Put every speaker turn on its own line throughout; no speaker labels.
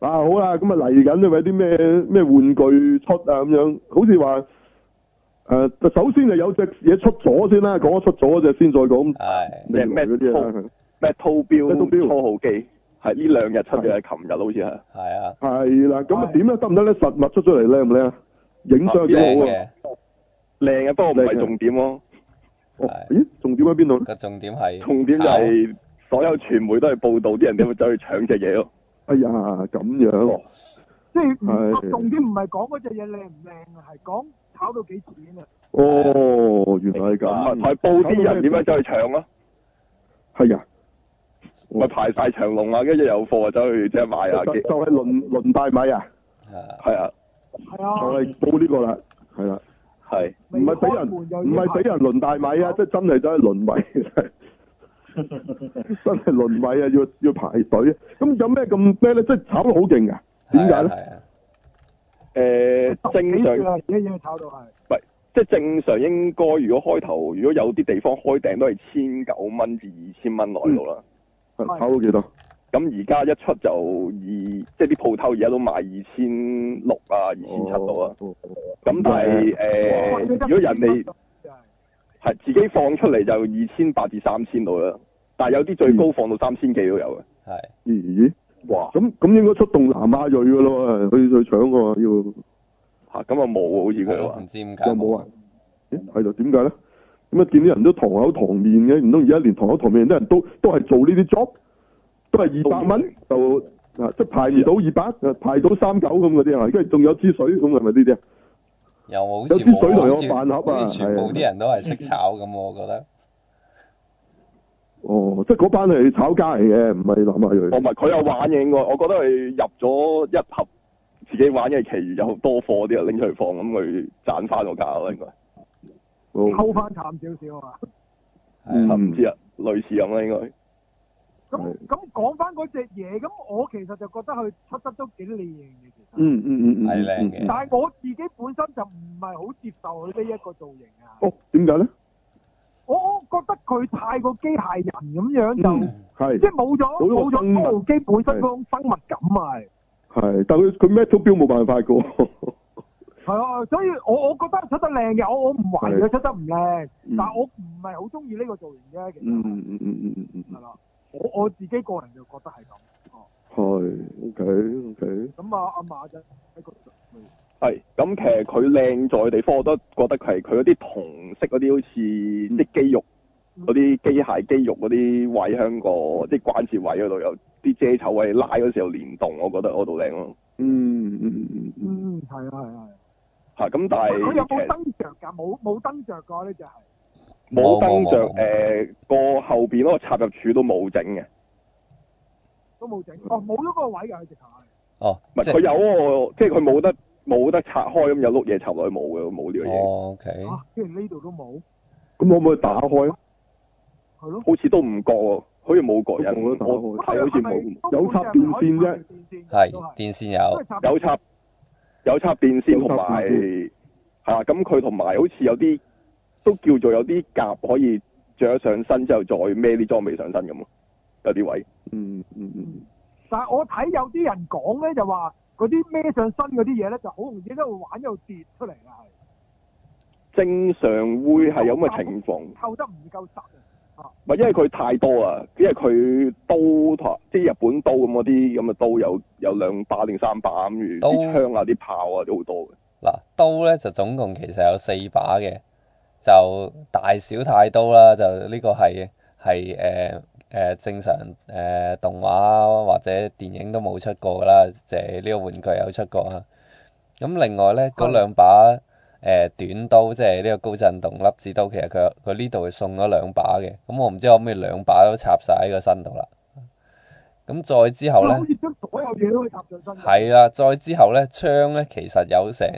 啊好啦，咁啊嚟緊啊，咪啲咩咩玩具出啊咁樣，好似話誒，就首先就有隻嘢出咗先啦，講咗出咗嗰隻先再講
係
未來嗰啲啊，
咩套標
咩套標
初號機係呢兩日出嘅，係琴日好似係。
係啊，
係啦，咁啊點咧得唔得咧？實物出咗嚟靚唔靚啊？影相幾
靚
好啊？
嘅
靚嘅，不過唔係重點咯。
哦，咦，重點喺邊度咧？
個重點係
重點就係所有傳媒都係報導啲人點會走去搶隻嘢咯。
哎呀，咁樣，
即係唔
係
重點唔係講嗰隻嘢靚唔靚啊，係講炒到幾錢啊。
哦，原來係
咁啊，
咁，
咪報啲人點樣走去搶咯，
係啊，
咪排晒長龍啊，跟住有貨就走去即係買啊，
就
幾
就係輪輪大米啊，
炒啊
係啊，
係
就
啊，
係報呢個啦，係啦。
係
唔係俾人
未開門又
唔
要哦
係俾人輪大米啊！即係真係真係輪米， 真係輪米啊！要要排隊。咁有咩咁咩咧？即係炒得好勁㗎，點解
係啊
咧？
係啊
誒正常
十幾。兆啊，而家嘢炒到係。
即係正常應該，如果開頭如果有啲地方開訂都係千九蚊至二千蚊內度啦。啊
係炒到幾多？
咁而家一出就二，即係啲鋪頭而家都賣二千六啊，二千七度啊。
哦。
咁但係誒、
哇
如果人哋
真係
係自己放出嚟就二千八至三千度啦，但係有啲最高放到三千幾都有嘅。啊
係啊
咦？
哇！
咁咁應該出動南亞裔㗎咯喎，去去搶喎，要
嚇咁啊冇喎，好
係
似佢
咯，
話
唔知點解
有冇啊？咦係咯，點解咧？咁啊見啲人都堂口堂面嘅，唔通而家連堂口堂面啲人都都係做呢啲 job，都係二百蚊就啊，即係排唔到二百，啊排到三九咁嗰啲啊，跟住仲有支水咁係咪呢啲啊？
又好似
有啲水
冇
雷
好似
有飯盒啊
好似全部
係啊
啲人都係識炒咁，我覺得
哦，即係嗰班係炒家嚟嘅，唔係南亞裔。
我唔係佢有玩嘅應該，我覺得佢入咗一盒自己玩嘅，其餘有多貨啲啊拎出嚟放，咁佢賺翻個價咯應該。
哦
溝翻淡少少啊！
係
嗯
啊
啊唔知啊，類似咁啦應該。
咁咁講翻嗰隻嘢，咁我其實就覺得佢出得都幾靚嘅，其實。
嗯嗯嗯嗯，
係靚嘅
嗯嗯
但係我自己本身就唔係好接受佢呢一個造型啊！
哦，點解咧？
我我覺得佢太過機械人咁樣就，
嗯係
即係冇咗
冇
冇
咗個
咗
生物
高號機本身嗰種生物感啊！係
係，但係佢佢 metal 標冇辦法嘅喎。
係啊，所以我我覺得出得靚嘅，我我唔懷疑佢出得唔靚，
嗯
但係我唔係好中意呢個造型啫，其
嗯嗯
實
嗯嗯嗯嗯嗯
係啦，我我自己個人就覺得係咁。哦，
係，OK OK，
咁啊，阿馬就喺個
係，咁其實佢靚在嘅地方，我都覺得係佢嗰啲銅色嗰啲，好似啲肌肉嗰啲機械肌肉嗰啲位，香個啲關節位嗰度有啲遮醜位，拉嗰時候連動，我覺得嗰度靚咯。
嗯嗯嗯嗯
嗯，係啊係啊，
嚇、咁但係
佢有
其實
冇燈着㗎？冇冇燈着㗎呢就係。
冇燈着
冇冇冇
誒個後邊嗰個插入柱都冇整嘅，
都冇整，哦冇咗嗰個位㗎，佢直頭係。
哦，
唔
即
係佢有嗰個，即係佢冇得冇得拆開咁有碌嘢插落去冇嘅，冇呢樣嘢，
哦，OK，
啊，竟然呢度都冇，
咁可唔可以打開啊？
係咯。
好似都唔覺喎，好似冇個
冇得
人，
打
我
開。
係好似冇
有插電線啫
啫
係電線有，
有插有插電線同
有插
埋
電
係啦，咁佢同埋好似有啲都叫做有啲夾可以着咗上身之後再孭啲裝備上身咁咯，有啲位
嗯嗯嗯，
但係我睇有啲人講咧，就話嗰啲孭上身嗰啲嘢咧，就好容易喺度玩又跌出嚟啊，
正常會係有咁嘅情況，
係扣得唔夠實啊。
唔係因為佢太多啊，因為佢刀台即係日本刀咁嗰啲咁嘅刀有有兩把定三把咁，如
刀
啲槍啊、啲炮啊都好多嘅。
嗱刀咧就總共其實有四把嘅，就大小太刀啦，就呢個係係誒誒正常誒、呃、動畫或者電影都冇出過噶啦，就係呢個玩具有出過啊。咁另外咧嗰
係
兩把誒、呃短刀，即係呢個高震動粒子刀，其實佢佢呢度送咗兩把嘅，咁我唔知可唔可以兩把都插晒喺個身度啦。咁再之後咧
好，似將所有嘢都可以插上身。
係啦，再之後咧槍咧其實有成。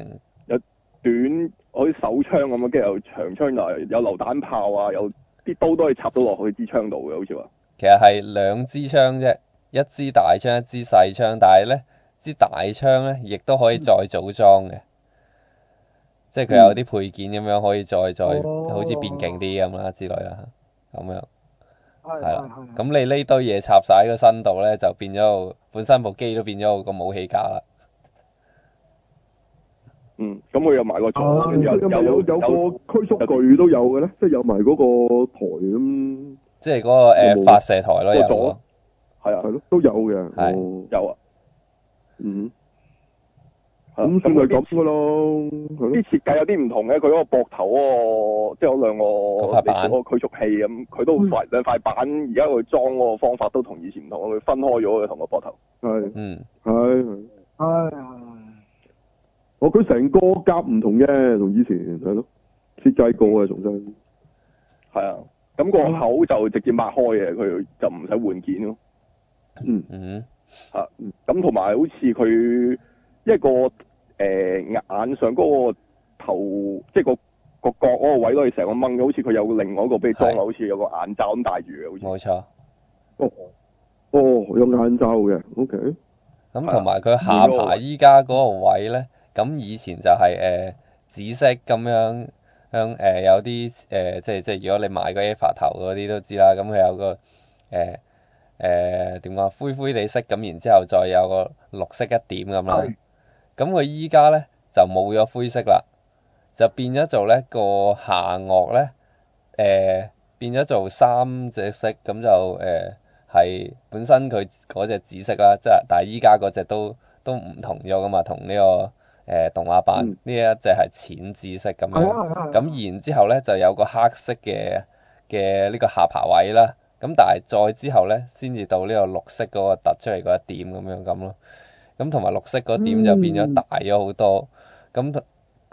短好似手槍咁啊，跟住有長槍又係有榴彈炮啊，有啲刀都可以插到落去支槍度嘅，好似話。
其實係兩支槍啫，一支大槍，一支細槍，但係咧支大槍咧，亦都可以再組裝嘅，即係佢有啲配件咁樣可以再再
哦
好似變勁啲咁啦之類啦，咁樣
係
係啦
係係
咁你呢堆嘢插晒喺個身度咧，就變咗本身部機都變咗個武器架啦。
嗯，咁佢又埋個
啊有
座，跟住有
有有有個拘縮具都有嘅咧，即係有埋嗰個台咁，
即係嗰個
有
誒
冇
發射台咯，有
個
個
座係啊
係，咯都有嘅。
係
哦
有啊，
嗯，
係啊
咁算係咁
啲
噶咯，係咯
啲。設計有啲唔同嘅，佢嗰個膊頭嗰個即係有兩
嗰塊
個
板
你嗰個驅逐器咁，佢
嗯
都塊兩塊板，而家佢裝嗰個方法都同以前唔同，佢分開咗嘅同個膊頭。
係
嗯，
係係，
係係
哦，佢成個甲唔同嘅，同以前係咯，設計過嘅重新。
係啊，咁個
哦
口就直接擘開嘅，佢就唔使換件咯。
嗯，
嗯，
咁同埋好似佢一個誒、呃眼上嗰個頭，即係個個角嗰個位都係成個掹嘅，好似佢有另外一個俾你裝啊
係
落，好似有個眼罩咁戴住嘅，好似
冇錯。
哦，有眼罩嘅，OK，
咁
啊
同埋佢下
換咗個
巴
位
依家嗰個位咧，咁以前就係、呃紫色咁樣，向誒、呃有啲誒、呃即係即係如果你買個 a p a 頭嗰啲都知啦，咁佢有個誒誒點講啊灰灰地色咁，然之後再有個綠色一點咁啦
係。
咁佢依家咧就冇咗灰色啦，就變咗做咧個下顎咧誒、呃、變咗做三隻色，咁就誒。呃係本身佢嗰隻紫色啦，即係但係依家嗰隻都都唔同咗噶嘛，同呢、個誒、呃、動畫版呢
嗯、
一隻係淺紫色咁
係
樣，
啊係啊，
咁然之後咧就有個黑色嘅嘅呢個下巴位啦，咁但係再之後咧先至到呢個綠色嗰個突出嚟嗰一點咁樣咁咯，咁同埋綠色嗰點就變咗
嗯
大咗好多，咁誒、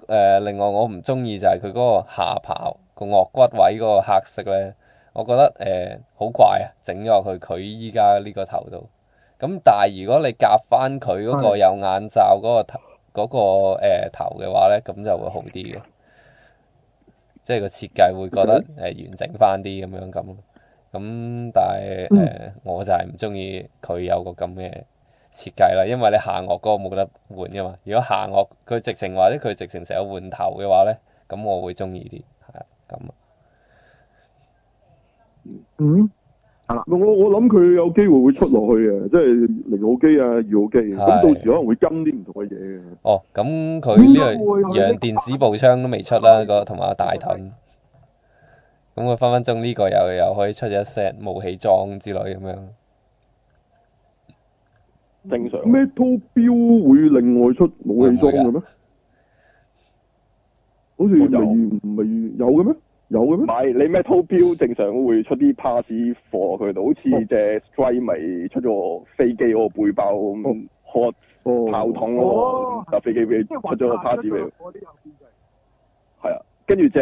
呃另外我唔中意就係佢嗰個下巴個顎骨位嗰個黑色咧。我覺得誒好、怪啊，整咗落去佢依家呢個頭度。咁但係如果你夾翻佢嗰個
係
有眼罩嗰個頭嗰、個誒頭嘅話咧，咁就會好啲嘅，即係個設計會覺得誒、呃完整翻啲咁樣咁咯。咁但係誒、
嗯
呃我就係唔中意佢有個咁嘅設計啦，因為你下顎嗰個冇得換噶嘛。如果下顎佢直情或者佢直情成日換頭嘅話咧，咁我會中意啲係啊咁啊。
嗯
啊我我諗佢有機會會出落去嘅，即係零號機啊、二號機，咁
係
到時可能會跟啲唔同嘅嘢嘅。
哦，咁佢呢個洋電子步槍都未出啦，個同埋大盾。咁佢分分鐘呢個又又可以出一 set 武器裝之類咁樣。
正常。
Metal 標會另外出武器裝嘅咩？好似未
有
未有嘅咩？有嘅
唔
咩？
係你 Metal 標正常會出啲 pass 貨佢
哦
度，好似隻 Strike 咪出咗個飛機嗰個背包咁，殼
哦，
炮筒嗰
哦
個搭飛機俾你
即
出
係
咗個 pass 俾佢，
我啲有見嘅，
係啊。跟住隻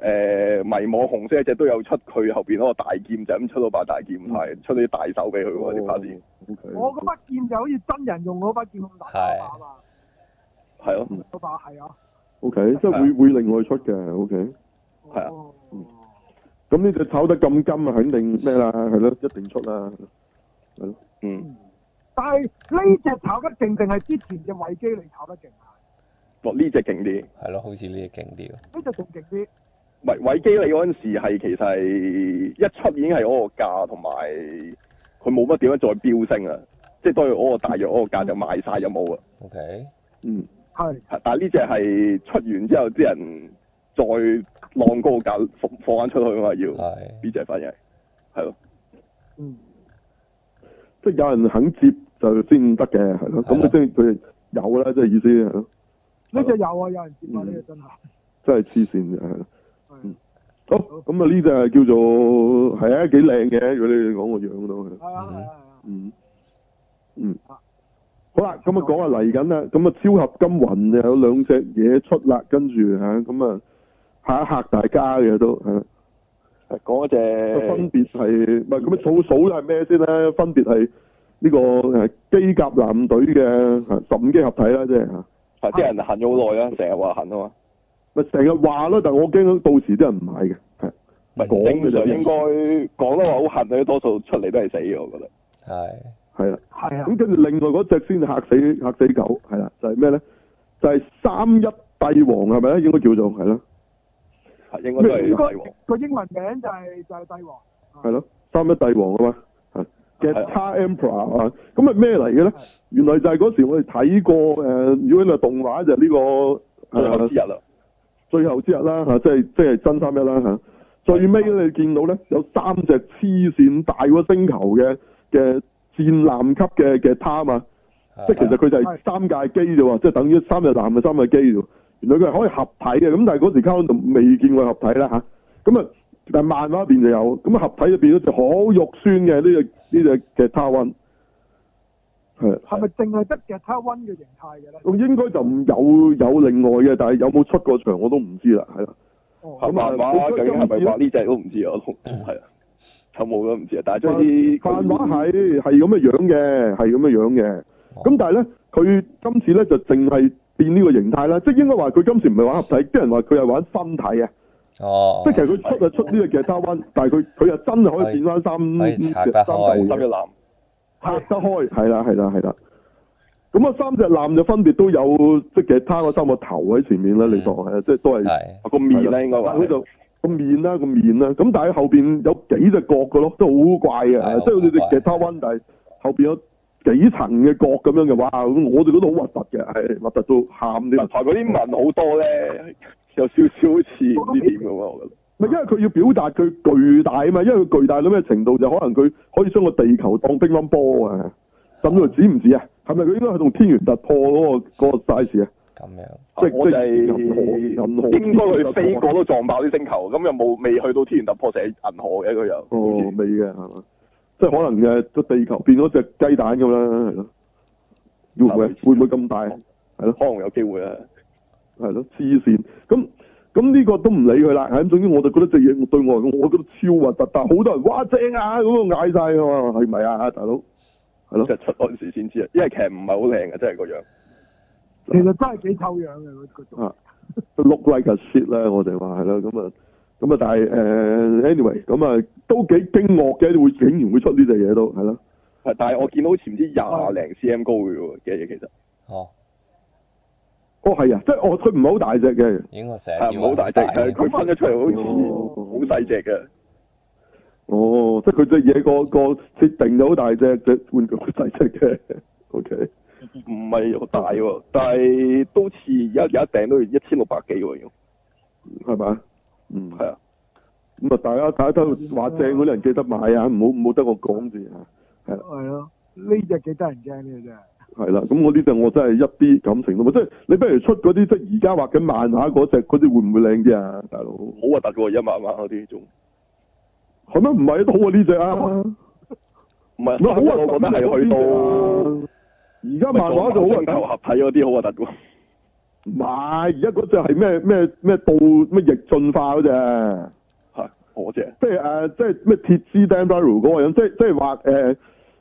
誒迷惘紅色嗰隻都有出佢後邊嗰個大劍，就咁出到把大劍，
嗯
係出啲大手俾佢喎啲 pass，
我
O
嗰把劍就好似真人用嗰把劍咁大把嘛，哦
係咯。
嗰把係啊，
K，O K，即係會會另外出嘅，O K。
係啊
哦
咁呢隻炒得咁金啊，肯定咩啦，係咯，一定出啦。
嗯，
但係呢只炒得勁定係之前嘅維基嚟炒得勁啊？
落呢只勁啲。
係咯，好似呢啲勁啲喎。
呢只仲勁啲，
唔係韋基利嗰陣時係其實係一出已經係嗰個價，同埋佢冇乜點樣再飆升啊！即係當然嗰個大約嗰個價就賣晒就冇啊。
OK，
嗯，
係
係但係呢只係出完之後啲人再浪高個價放放翻出去啊嘛，要
係
呢只反而係係咯，
嗯
即係有人肯接就先得嘅，係咯。咁佢即係佢有啦，即係意思係咯，
呢只有啊，有人接啊，呢只真係
真係黐線嘅係咯。
嗯
係啊
好，咁啊呢隻係叫做係啊幾靚嘅，如果你講個樣都係。
係啊係啊
嗯，嗯，好啦，咁啊講下嚟緊啦，咁啊超合金雲就有兩隻嘢出啦，跟住嚇咁啊嚇一嚇大家嘅都係啦，
講嗰隻
分別係唔係咁啊數數係咩先啦？分別係呢個誒機甲艦隊嘅啊十五機合體啦，即係嚇，
係啊啲人恨咗好耐啦，成日話恨啊嘛。
咪成日話啦，但我驚到時啲人唔買嘅，係
唔係
嗯講嘅
正
就
常
係
應該講得話好恨啊，多數出嚟都係死嘅，我覺得。
係
係啦。
係啊
咁跟住另外嗰隻先嚇死嚇死狗，係啦，就係咩咧？就係三一帝王係咪咧？應該叫做係啦。
係應該都係
咩
帝王。
個英文名就係就係帝王，
係咯，三一帝王啊嘛，啊嘅
係啊
Car Emperor 啊，咁係咩嚟嘅咧
係？
原來就係嗰時我哋睇過誒、呃如果你話動畫就係呢、個
最
誒、
後之日啊啦，
最後之日啦嚇、啊即係即係真三一啦嚇、啊最尾咧，你見到咧有三隻黐線大過星球嘅嘅戰艦級嘅嘅他嘛，即係其實佢就係
係
三架機啫喎，即係等於三隻艦嘅三架機啫喎。原來佢係可以合體嘅，咁但係嗰時卡通就未見過合體啦吓，咁啊，但係漫畫入邊就有，咁啊合體就變咗隻好肉酸嘅呢只呢只嘅 t a w 係
係咪淨係得嘅 t 温嘅形態嘅咧？
咁應該就唔有有另外嘅，但係有冇出過場我都唔知啦，係啦。
哦，
咁啊
漫畫究竟係咪畫
咁
呢只都唔知啊，我都係啊，有冇都唔知啊，但係
漫
將啲
漫畫係係咁嘅樣嘅，係咁嘅樣嘅。
哦
咁但係咧，佢今次咧就淨係變呢個形態啦，即係應該話佢今次唔係玩合體，啲人話佢係玩分體啊嘅。
哦，
即係其實佢出啊出呢個嘅沙灣，但係佢佢又真係可以變翻三
可以拆得
三嚿
開
三嘅男，
拆得開，係啦係啦係啦。咁啊，三隻艦就分別都有即係其他嗰三個頭喺前面啦，你當係啊即係都係
嗯係
個面
係啦
咧應該話
但係佢就個面啦個面啦，咁但係後邊有幾隻角嘅咯，都好怪嘅，
係
即係好似隻
好怪
吉他灣，但係後邊有幾層嘅角咁樣嘅，哇！咁我就覺得好核突嘅，係核突到喊添。啊
同埋嗰啲紋好多咧，有少少好似唔知點咁啊，我覺得。
唔係因為佢要表達佢巨大啊嘛，因為佢巨大到咩程度就可能佢可以將個地球當乒乓波啊，甚至乎止唔止啊？係咪佢應該係同天元突破嗰、個嗰、個 size 啊？
咁樣，
即
啊我就係
任何任何
應該佢飛過都撞爆啲星球，咁又冇未去到天元突破，成銀河嘅佢又。
哦，未嘅係嘛？即係可能嘅個地球變咗隻雞蛋咁啦，係咯？會唔會會唔會咁大？係咯
可能有機會啊！
係咯，黐線咁。咁呢個都唔理佢啦，咁總之我就覺得隻嘢對我嚟講，我覺得超核突，但係好多人哇正啊咁啊嗌晒啊嘛，係咪啊大佬？係咯
即，係出嗰陣時先知啊，因為其實唔係好靚嘅，真係個樣。
其實真係幾臭樣嘅嗰種。
啊，look like a shit 咧，我哋話係啦，咁啊，咁啊，但係誒、anyway，咁啊，都幾驚愕嘅，會竟然會出呢隻嘢都係啦，
係但係我見到好似唔知廿零 cm 高嘅喎嘅嘢，其實
哦，
哦係啊，即係哦，佢唔係好大隻嘅，
已經我成日
啊
係唔啊好大隻，但係佢分咗出嚟好似好細隻嘅。
哦，即係佢隻嘢個個設定就好大隻，隻玩具好細隻嘅，OK，
唔係好大喎，但係都似而家有一頂都要一千六百幾喎，要
係咪啊？嗯，
係啊，
咁啊，大家大家都話正嗰啲人記得買啊，唔好唔好得我講住啊，係啦。
係咯，呢只幾得人驚呢只真係。
係啦，咁我呢隻我真係一啲感情都冇，即係你不如出嗰啲即係而家畫緊漫畫嗰隻嗰啲會唔會靚啲啊，大佬？
好核突喎，一萬萬嗰啲仲
係咩？唔係都好過呢只啊！
唔係，
唔係好核
我
突啊
覺得係去到
而家啊漫畫就好核
球
突。
合體嗰啲好核啊突喎，
唔係，而家嗰隻係咩咩咩到咩逆進化嗰隻，
係我啫，
即係誒、呃即係咩鐵之 d a m b a r o 嗰個人，即係即係畫誒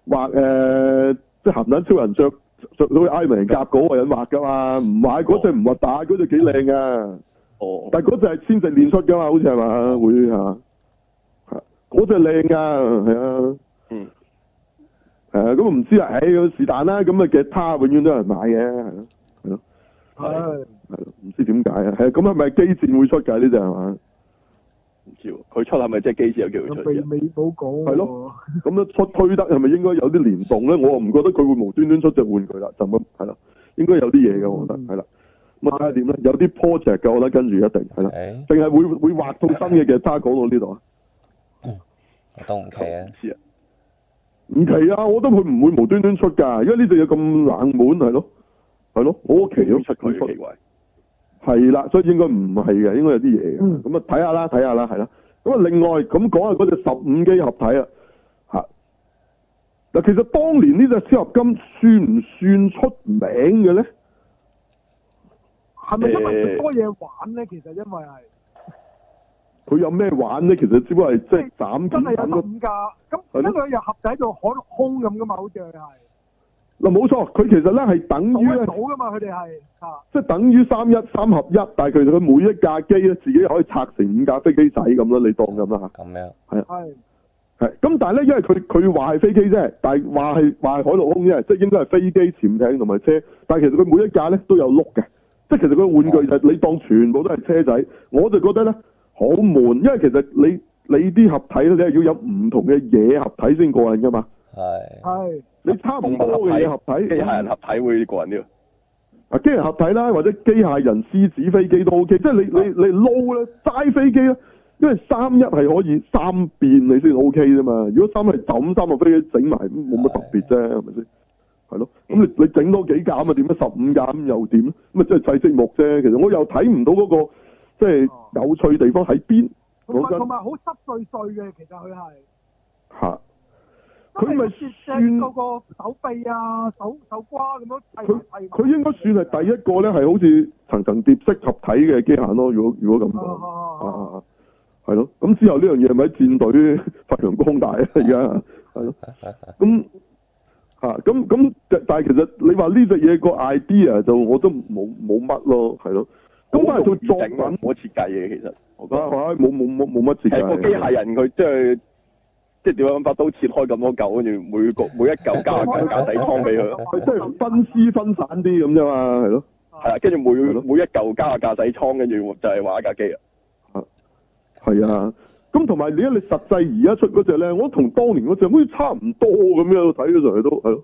畫誒即係鹹蛋超人着着到 Iron Man 甲嗰個人畫㗎嘛，唔係嗰隻唔核突，嗰隻幾靚㗎。
哦，
但係嗰隻係先至練出㗎嘛，好似係嘛會嚇，係啊嗰隻靚㗎，係啊，
嗯，
係啊，咁唔知啦，唉，是但啦，咁啊嘅他永遠都有人買嘅，係咯，係咯，
係
係咯，唔知點解啊，係啊咁係咪機戰會出㗎呢隻係嘛？
唔知喎佢出係咪即係機子有機會
咁
出
未
嘅？
未冇講喎。
係咯咁樣出推得係咪應該有啲聯動咧？我唔覺得佢會無端端出隻玩具啦，就咁係啦，應該有啲嘢嘅，我覺得
嗯
係啦。咁啊睇下點咧，有啲 project 嘅，我覺得跟住一定係啦，
誒，
定係會會畫到新嘅嘅他講到呢度啊？
我都唔奇啊
唔，知啊，
唔奇啊，我覺得佢唔會無端端出㗎，因為呢隻嘢咁冷門係咯，係咯，我屋企都
出佢奇怪，
係啦，所以應該唔係嘅，應該有啲嘢嘅。
嗯
咁啊睇下啦，睇下啦，係啦。咁啊，另外咁講下嗰隻十五機合體啊，嚇嗱，其實當年呢隻超合金算唔算出名嘅咧？
係咪因為佢多嘢玩咧？其實因為係
佢有咩玩咧？其實只不過係即係斬
真係
件等
有
個
咁㗎。
係
咁
咯
跟住佢又合喺度海陸空咁㗎嘛，好似係
嗱，冇錯，佢其實咧係等於
做
咧
得到，㗎嘛，佢哋係啊嚇。
即係等於三一三合一，但係其實佢每一架機咧自己可以拆成五架飛機仔咁啦，你當咁啦嚇。
咁樣，
係
係，咁但係咧，因為佢佢話係飛機啫，但係話係話係海陸空啫，即係應該係飛機、潛艇同埋車。但係其實佢每一架咧都有碌嘅，即係其實佢玩具就係你當全部都係車仔，我就覺得咧好悶，因為其實你你啲合體咧，你係要有唔同嘅嘢合體先過癮噶嘛。
係
係
你差唔多嘅嘢合體，
機械人啊合體會過人啲喎。
啊，機械人合體啦，或者機械人獅子飛機都 OK，即係你你你撈咧，齋飛機咧，因為三一係可以三變你先 OK 啫嘛。如果三係就咁三個飛機整埋，咁冇乜特別啫，係咪先？係咯，咁你你整多幾架咁啊？點啊？十五架咁又點咧？咁啊，即係砌積木啫。其實我又睇唔到嗰、個即係有趣地方喺邊。
同埋
講真
同埋好濕碎碎嘅，其實佢係。
嚇，佢
因為
咪
佢折
算
射到個手臂啊、手手瓜咁樣砌
佢
埋砌埋。
佢應該算係第一個咧，係好似層層疊式合體嘅機械咯。如果如果咁講。啊
哦。
啊啊，係咯，咁之後呢樣嘢係咪喺戰隊發揚光大 啊？而家係咯，咁嚇咁咁，但但係其實你話呢隻嘢個 idea 就我都冇冇乜咯，係咯，咁但係做作品啊
我設計嘅其實，我覺得
係冇冇冇冇乜設
係
計，
個機械人佢即係即係點樣把刀切開咁多嚿，跟住每個每一 嚿
啊
加嚿架底倉俾佢，
佢真係分屍分散啲咁啫嘛，係咯，
係啊，跟住每
係咯
每一嚿加架底倉，跟住就係玩一架機啊。
係啊。咁同埋你家你實際而家出嗰只咧，我同當年嗰只好似差唔多咁樣，睇咗上嚟都係咯，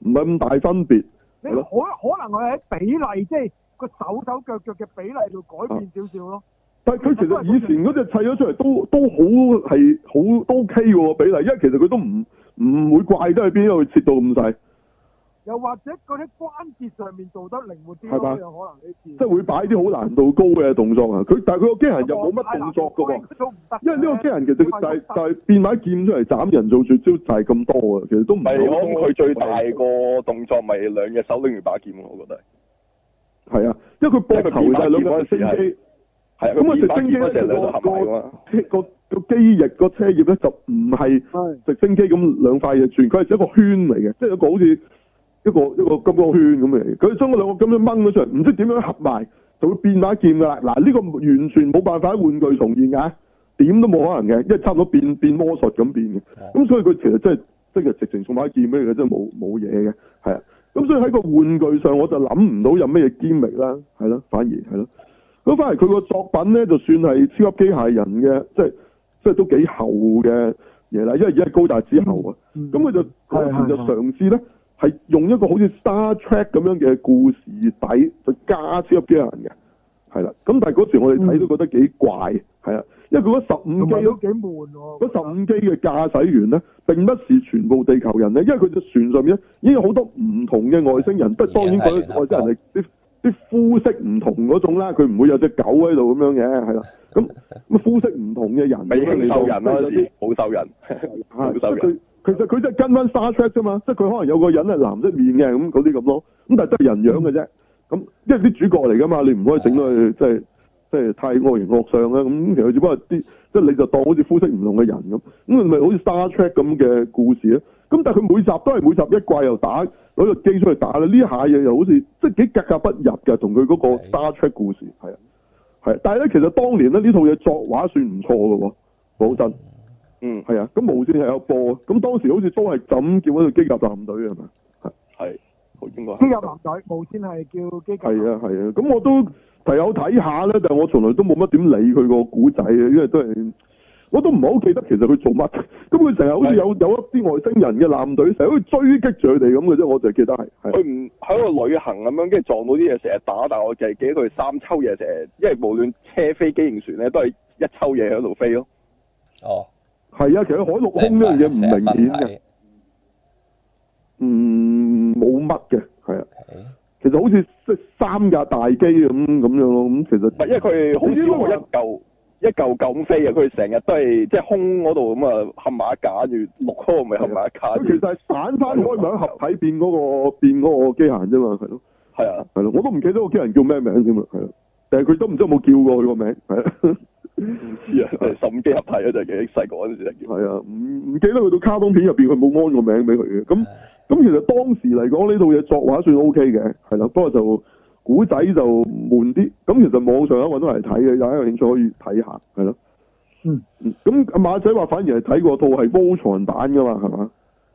唔係咁大分別。
你
係
可
咯
可能佢喺比例，即係個手手腳腳嘅比例度改
啊
變少少咯。
但係佢其實以前嗰只砌咗出嚟都都好係好都 OK 喎比例，因為其實佢都唔唔會怪得去邊，因為佢切到咁細，
又或者嗰啲關節上面做得靈活啲
係嘛
咯，有可能呢次。
即係會擺啲好難度高嘅動作啊！佢但係佢個機械人又冇乜動作
啊
㗎喎，
都唔得嘅。
因為呢個機械人其實就係就係變埋劍出嚟斬人做絕招就係咁多啊，其實都唔
咪
係
我諗
好
佢最大
係
個動作咪兩隻手拎住把劍咯，我覺得
啊，因為佢膊頭就係兩隻升機。
因為佢變埋劍嗰陣時係啊。
咁啊，直
把
升機
劍
咧
嗰隻兩隻合埋㗎嘛。
個個個個機翼個車葉咧就唔係
係
直升機咁兩塊嘢轉，佢係一個圈嚟嘅，即係一個好似一個一個金剛圈咁嚟嘅。佢將嗰兩個咁樣掹咗出嚟，唔知點樣合埋就會變把劍㗎啦。嗱，呢個完全冇辦法喺玩具重現㗎，點都冇可能嘅，因為差唔多
嗯
變變魔術咁變嘅。咁所以佢其實真係即係直情送把劍俾佢，真係冇冇嘢嘅，係啊。咁所以喺個玩具上我就諗唔到有咩嘢堅力啦，係咯，反而係咯。咁反而佢個作品咧，就算係超級機械人嘅，即係即係都幾厚嘅嘢啦，因為而家係高達之後啊，咁佢、就
嗯係
嗰邊就
係
嘗試咧，係用一個好似 Star Trek 咁樣嘅故事底，就加超級機械人嘅，係啦。咁但係嗰時我哋睇都覺得幾怪，係啊，因為佢嗰十五
同
機
埋
咧
都幾悶喎。
嗰十五機嘅駕駛員咧，並不是全部地球人咧，因為佢隻船上面咧已經有好多唔同嘅外星人，不過當然嗰啲外星嗯人係啊啲啲膚色唔同嗰種啦，佢唔會有隻狗喺度咁樣嘅，係啦，咁咁膚色唔同嘅人，
咪已經獸人啦，嗰
啲
時冇獸人，
係
冇
啊即
獸
係
人
佢。其實佢真係跟翻 Star Trek 啫嘛，即係佢可能有個人係藍色面嘅咁嗰啲咁咯，咁但係都係人樣嘅啫，咁因為啲主角嚟噶嘛，你唔可以整到佢即係即係太惡形惡相啦，啊咁其實只不過係啲即係你就當好似膚色唔同嘅人咁，咁咪好似 Star Trek 咁嘅故事咧，咁但係佢每集都係每集一季又打攞個機出去打啦，呢下嘢又好似即係幾格格不入嘅，同佢嗰個 Star Trek 故事係啊係啊，但係咧其實當年咧呢套嘢作畫算唔錯嘅喎，講真。
嗯，
係啊，咁無線係有播，咁當時好似都係就咁叫嗰隊機甲艦隊
啊
係咪？
係，好應該係。
機甲男仔，無線係叫機甲。
係。啊係啊，咁我都係有睇下咧，但係我從來都冇乜點理佢個古仔嘅，因為都係我都唔係好記得其實佢做乜， 咁佢成日好似有有一啲外星人嘅艦隊，成日好似追擊住佢哋咁嘅啫，我就記得係係
佢唔喺度旅行咁樣，跟住撞到啲嘢成日打，但係我就係記得佢三抽嘢成日，因為無論車飛機型船咧，都係一抽嘢喺度飛咯。
哦，
係啊，其實海陸
即係
空呢樣嘢唔
成日
明顯
分
嘅，
體
嗯冇乜嘅，係啊，
，OK，
其實好似即係三架大機咁咁樣咯，咁其實
唔係因為佢好少話一嚿一嚿咁飛啊，佢成日都係即係空嗰度咁啊，合埋一架，跟住陸嗰度咪合埋一架。
佢其實係散翻開咪喺合體變嗰、個變嗰個機械啫嘛，係咯。
係啊，
係咯，我都唔記得個機人叫咩名添啦，啊係咯，但係佢都唔知有冇叫過佢個名，係啊，
唔知啊，十五機合體啊，就係幾細個嗰陣時就 叫。
係啊，唔唔記得佢到卡通片入邊佢冇安個名俾佢嘅，咁咁其實當時嚟講呢套嘢作畫算 O K 嘅，係啦，不過就古仔就悶啲，咁其實網上有揾到嚟睇嘅，大家有興趣可以睇下，係咯，
嗯
嗯，咁阿馬仔話反而係睇過套係 Voltron 版噶嘛，係嘛，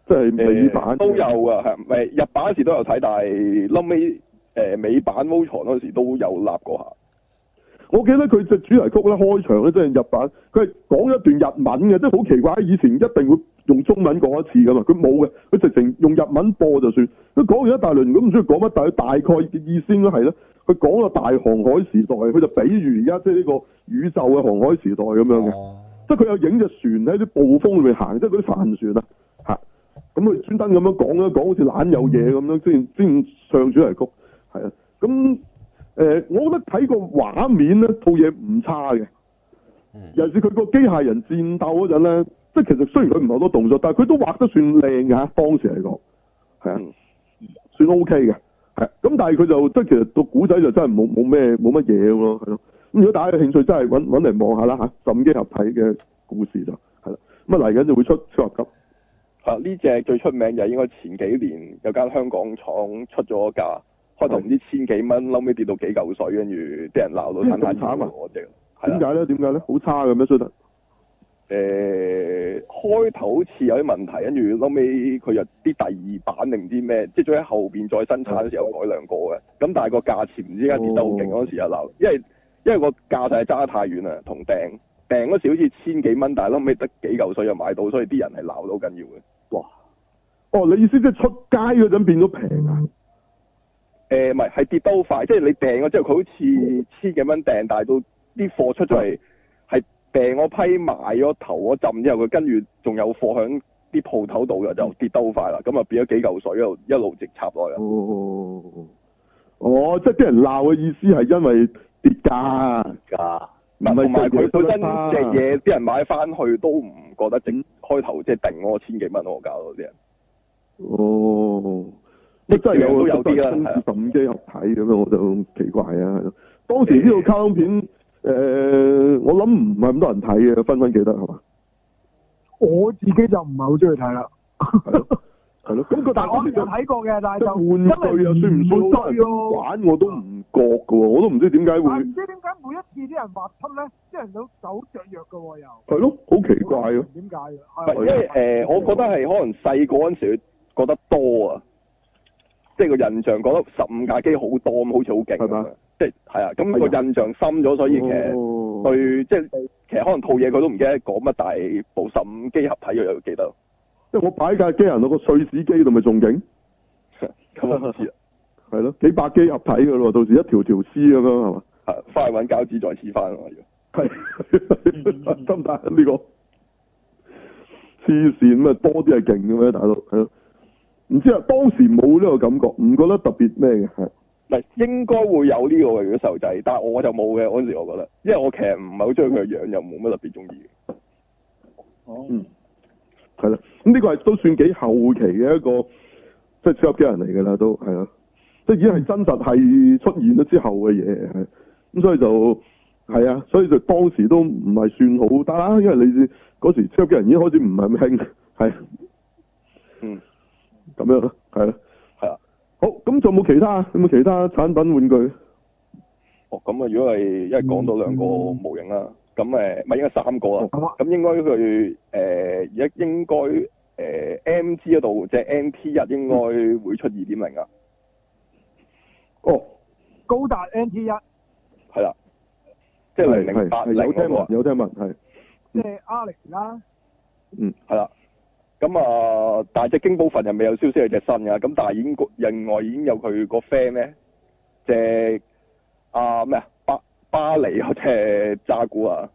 即係美版、
誒都有啊，係咪日版嗰時呃都有睇，但係後尾誒美版 v o l t r o n 嗰時都有立過下。
我記得佢隻主題曲咧開場咧，即係日版，佢係講一段日文嘅，即係好奇怪。以前一定會用中文講一次噶嘛，佢冇嘅，佢直情用日文播就算。佢講完一大輪，咁唔知佢講乜，但係佢大概嘅意思應該係咧，佢講個大航海時代，佢就比喻而家即係呢個宇宙嘅航海時代咁樣嘅。
哦，
即係佢有影隻船喺啲暴風裏面行，即係嗰啲帆船啊，嚇！咁佢專登咁樣講啦，講好似懶有嘢咁樣，先先上主題曲，係啊。咁誒、呃我覺得睇個畫面咧，套嘢唔差嘅。
嗯
尤其是佢個機械人戰鬥嗰陣咧，即係其實雖然佢唔係好多動作，但係佢都畫得算靚嘅嚇，當時嚟講，係啊
嗯，
算 OK 嘅，係啊。咁但係佢就即係其實個古仔就真係冇冇咩冇乜嘢咁咯，係咯。咁如果大家有興趣，真係揾揾嚟望下啦嚇，十五機合體嘅故事就係啦。咁啊嚟緊就會出超合金，
係啊呢只最出名就係應該前幾年有間香港廠出咗架，開頭唔知千幾蚊，後尾跌到幾嚿水，跟住啲人鬧到
嗯
攤攤
咁慘啊
我只係
點
啦。
解咧？點解咧？好差嘅咩？衰得
誒、開頭好呃似有啲問題，跟住後尾佢又啲第二版定唔知咩，即係喺後邊再生產嗰時候改良過嘅。咁但係個價錢唔知點解跌得好勁嗰時又鬧，因為因為個價就係揸得太遠啦，同訂訂嗰時好似千幾蚊，但係後尾得幾嚿水就買到，所以啲人係鬧到好緊要嘅。
哦，你意思即係出街嗰陣變咗平啊？
呃誒唔係係跌得好快，即係你訂咗之後，佢好似千幾蚊訂，但係到啲貨出咗嚟係訂嗰批賣咗頭嗰浸之後，佢跟住仲有貨響啲鋪頭度嘅，就跌得好快啦。咁啊變咗幾嚿水，一路一路直插落嚟。
哦，哦，即係啲人鬧嘅意思係因為跌啊價。
㗎，
唔係
同埋佢本身隻
嘢，
嘢，啲人買翻去都唔覺得值。
嗯
開頭即係定嗰個千幾蚊嗰個價咯，啲人
哦，即真係有
都有啲啦係啊
十五機合體咁樣，我就奇怪啊！當時呢套卡通片，啊誒，我諗唔係咁多人睇嘅，分分記得係嘛？
我自己就唔係好中意睇啦。
係咯，係咯。咁個
但
但
係我
係
有睇過嘅，但係
即
就
玩具又
因為
算唔算多
衰
人
咯？
玩，我都唔覺嘅喎，我都唔知點解會
但係唔知點解每一次啲人畫出咧，啲人都手著弱嘅喎又。
係咯，好奇怪啊！
點解嘅？
唔係因呃
啊
為誒、我覺得係可能細個嗰陣時覺得多啊，即係個印象覺得十五架機好多咁，好似好勁
係嘛
咁樣，即係係啊，咁個印象深咗，所以其實
哦
佢即係其實可能套嘢佢都唔記得講乜，但係部十五機合體佢又記得，
即係我擺架機人落個碎紙機度，咪仲勁？
咁我 唔知啊
係咯，幾百機合體嘅咯，到時一條條絲咁樣係嘛？
啊，係翻去揾膠紙再黐翻咯，要
係得唔得啊呢個黐線咁啊，多啲係勁嘅咩，大佬係咯？唔知啊，當時冇呢個感覺，唔覺得特別咩嘅，係
嗱應該會有呢個嘅如果細路仔，但係我就冇嘅嗰陣時，我覺得，因為我其實唔係好中意佢嘅樣，又冇乜特別中意。
嗯係啦。咁呢個係都算幾後期嘅一個即係超級機人嚟㗎啦，都係啦，即係已經係真實係出現咗之後嘅嘢，係咁所以就係啊，所以就當時都唔係算好得啦，因為你嗰時超級機人已經開始唔係咁興，係
嗯，
咁樣咯，係啦。
係啊。
好，咁仲有冇其他？有冇其他產品玩具？
哦，咁啊，如果係因為講到兩個
嗯
模型啦，咁誒，咪應該三個啦。
好啊
咁應該佢誒而家應該誒 M G 嗰度，即係 M T 一應該
嗯
會出二點零啊，
哦，
高達 NT 一，
係啦，即係零零八
係係
零
有聽
嗰個啊
聞，有聽聞，係嗯
即係 Alex 啦，
係啦。咁啊，但係只京寶份又未有消息係隻新㗎，咁但係已經個另外已經有佢個 friend 咧，隻啊咩啊巴巴黎嗰隻渣古啊，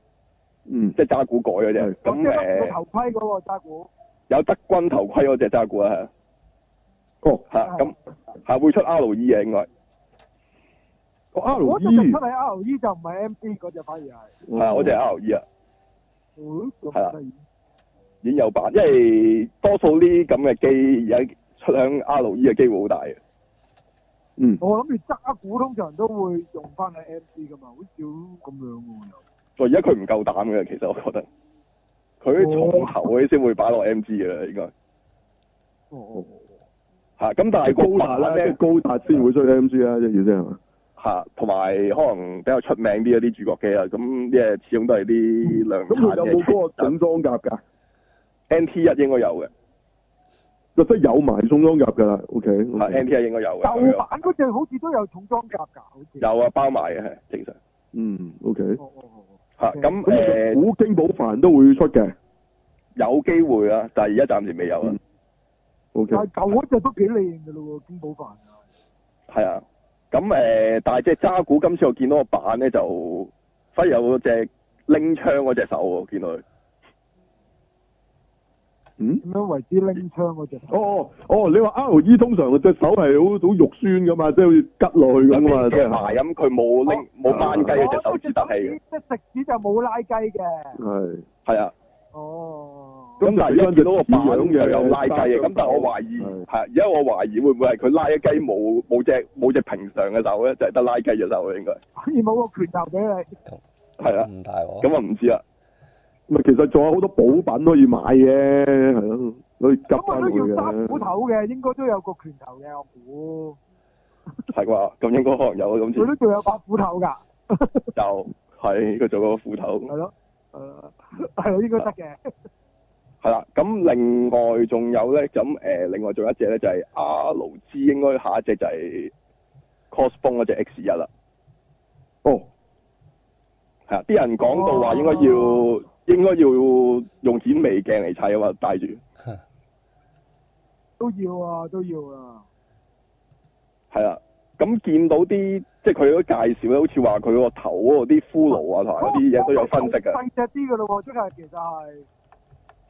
嗯，
即係渣古改嗰隻，
咁
咁呃
即係個
誒
頭盔嗰個揸鼓，
有德軍頭盔嗰隻渣古啊。係啊
哦，
吓咁吓會出 R E 嘅應該
個 R
嗰隻
E
出嚟 R E 就唔係 M C 嗰隻，反而係，
哦
係啊，我哋 R E 啊
嗯，
係啊
咁得意
已經有版，因為多數呢啲咁嘅機而家出響 R E 嘅機會好大嘅，
嗯，
我諗住揸鼓通常都會用翻喺 M C 噶嘛，好少咁樣嘅喎又。
所以而家佢唔夠膽嘅，其實我覺得佢
哦
重頭嗰啲先會擺落 M G 嘅啦，應該
哦，
吓咁，但係
高
個
達
版
啦，
咧
高達先會出 M G 啊，即係意思係嘛？
吓，同埋可能比較出名啲嗰啲主角機啦，咁即係始終都係啲量
咁佢
產
有冇嗰個
嘅
整裝甲㗎？
N T 一應該有嘅，
就即係有埋送裝甲㗎啦，OK，
吓啊 N T 一應該有嘅，
舊版嗰隻好似都有重裝甲㗎，好似。
有啊包埋嘅係正常，
嗯，OK。
哦哦哦哦，
吓咁诶
古京寶飯都會出嘅
有機會啊，但係而家暫時未有啊
嗯。，OK
但。係舊嗰只都幾靚嘅咯喎，金寶飯。
係啊，咁诶，但係即係揸股今次我見到個版咧就忽有隻拎槍嗰隻手喎，我見到佢
嗯，
點樣為之拎槍嗰只？
哦哦，你話 R E 通常隻手係好好肉酸噶嘛，即係好似吉落去咁啊，即
嘅
係
埋咁，佢冇拎冇掹雞嗰隻手指
啊
突氣嘅，
即係食指就冇拉雞嘅。
係。
係啊。
哦。
咁但係而家見到個版
咁就
又有拉雞嘅，咁但係我懷疑
係
係而家我懷疑會唔會係佢拉一雞冇冇隻冇隻平常嘅手咧，就係得拉雞嘅手啊咧應該
反而冇個拳頭俾你。
係啊。
唔大鑊。
咁啊唔知啦，
咪其實仲有好多補品可以買嘅，係咯，可以
咁
夾
我
翻
都
佢
要揸斧頭
嘅。
嘅，應該都有個拳頭嘅，我估。
係啩？咁應該可能有啊今次
佢都仲有把斧頭㗎，
就係佢做個斧頭。
係咯，係咯，係咯，應該得嘅。
係啦，咁另外仲有咧，咁誒、呃另外仲有一隻咧就係 R 勞資，應該下一隻就係 Cosbone 嗰隻 X 一啦。
哦，
係啊，啲人講到話應該要、
哦
應該要用顯微鏡嚟砌啊嘛，戴住
都要啊，都要啊。
係啦。咁見到啲即係佢都介紹咧，好似話佢個頭嗰啲骷髏啊同埋嗰啲嘢都有分析嘅。
細隻啲㗎咯喎，即係其實係。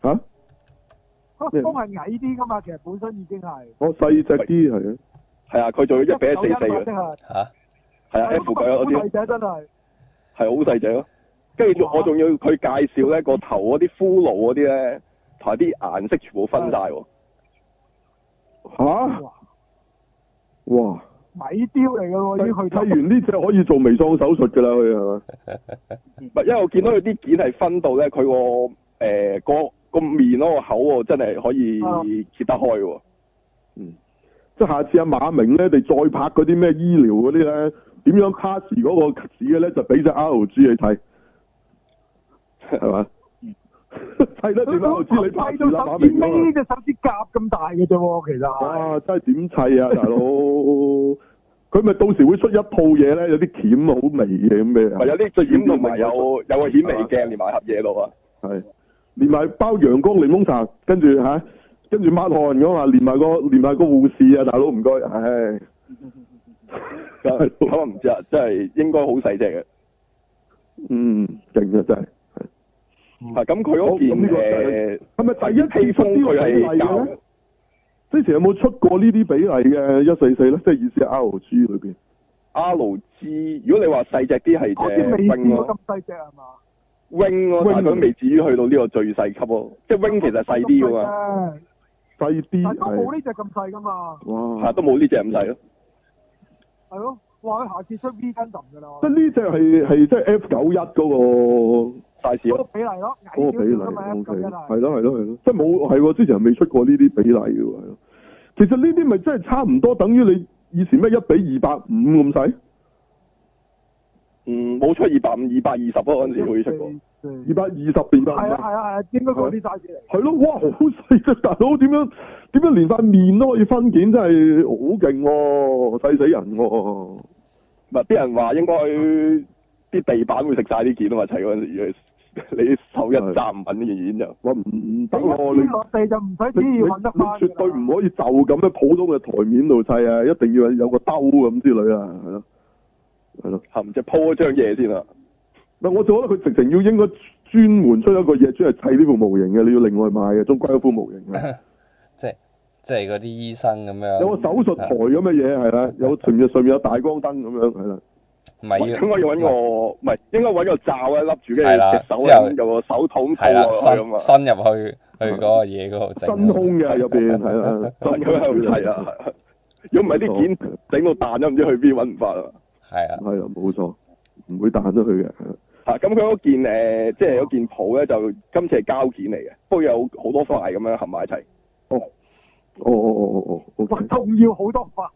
吓？
個
咩
風係矮啲㗎嘛，其實本身已經係。
我哦細隻啲係啊，
係啊，佢仲要一比一四四嘅，
嘅。
嚇
係
Ờ,
啊 F 九嗰啲
係真係。
係好細隻咯。跟住仲
哇
我仲要佢介紹咧個頭嗰啲骷髏嗰啲咧，同埋啲顏色全部分晒喎。
吓？
哇！
啊哇！
米雕嚟㗎喎，已經去
睇
到。
完呢只可以做微創手術㗎啦，佢係嘛？
唔係，因為我見到佢啲件係分到咧，佢個誒個個面嗰個口喎，真係可
哦
以揭得開喎。
嗯，即係下次阿馬明咧，你再拍嗰啲咩醫療嗰啲咧，點樣 pass 嗰個屎嘅咧，就俾只 RG 你睇，係嘛？
嗯
睇得點 RG 你拍住啦，馬明嗰個
呢隻手指甲咁大嘅啫喎，其實
啊
係。
哇！啊真係點砌啊， 大佬！佢咪到時會出一套嘢咧，有啲鉗啊好微嘅咁嘅，
咪有啲最顯同埋有
嗯
有個顯微鏡連埋盒嘢度啊。
係連埋包陽光檸檬茶，跟住嚇，跟住抹汗噶嘛，連埋個連埋個護士啊，大佬唔該，唉，大佬
咁我唔知啊，真係應該好細隻嘅。
嗯，勁啊真係。
係啊咁，佢嗰
嗯好咁呢個
件誒
係咪第一次
披
出
風
呢個
佢
比例
係
嘅
教
咧？之前有冇出過呢啲比例嘅一四四咧？即係意思係 R G 裏邊
R 之，呃如果你話細隻啲係
好似未
誒 wing
試過
咯
咁細隻係嘛？
，wing 咯，
啊
但係佢未至於去到呢個最細級咯。即係 wing 其實細啲噶嘛，
嘛，
細啲
但都冇
係
呢隻咁細噶嘛，
哇
嚇！都冇呢隻咁細咯。
係咯。哇！佢下次出 V 跟揼㗎啦，
即係啊呢只係係即係 F 九一嗰
細
嗰
小
個比例咯，矮
個嗰
少
個比例
少㗎啊嘛
，O
咁
K，
真
係咯
係。
係咯係咯，即係冇係喎，之前係未出過呢啲比例嘅喎，係咯。其實呢啲咪真係差唔多，等於你以前咩一比二百五咁細，
嗯，冇出二百五、二百二十咯，嗰陣時會出過。
二百二十定二
係
百五。
啊係啊係啊，應該嗰啲 size 嚟。
係咯，哇，好細隻大佬，點樣點樣連塊面都可以分件，真係好勁喎，細死人喎、
唔係啲人話應該啲地板會食晒啲件啊嘛，砌嗰陣時，
嗯
你手一揸唔穩呢件件就
哇，唔唔得
你
喎，
一
你
跌落地就唔使
你
只
你
要揾得翻
你絕對唔可以就咁喺普通嘅台面度砌啊，一定要有個兜咁之類啊，係咯，係咯。
嚇唔知鋪咗張嘢先啊啦。
嗱，我就覺得佢直情要應該專門出一個嘢，專係砌呢副模型嘅，你要另外買嘅，仲貴過副模型嘅。
即係即係嗰啲醫生咁樣，
有個手術台咁嘅嘢係啦，有上面上面有大光燈咁樣係啦，
唔係要
應該要揾個唔係應該揾個罩咧笠住，跟
係啦
住隻手
之後
咧有個手筒套
係啦，
落去咁啊，
伸伸入去去嗰個嘢嗰度整啊。
真空嘅入邊係啦，
咁樣喺度砌啊。係如果唔係啲件整到彈都唔知去邊揾唔翻啊！
係啊，
係啦，冇錯，唔會彈咗佢嘅。係啦
嚇咁佢嗰件誒、即係有件鋪咧，就今次係膠件嚟嘅，不過有好多塊咁樣合埋一齊
哦哦哦哦哦
哇
，OK，
仲要好多塊，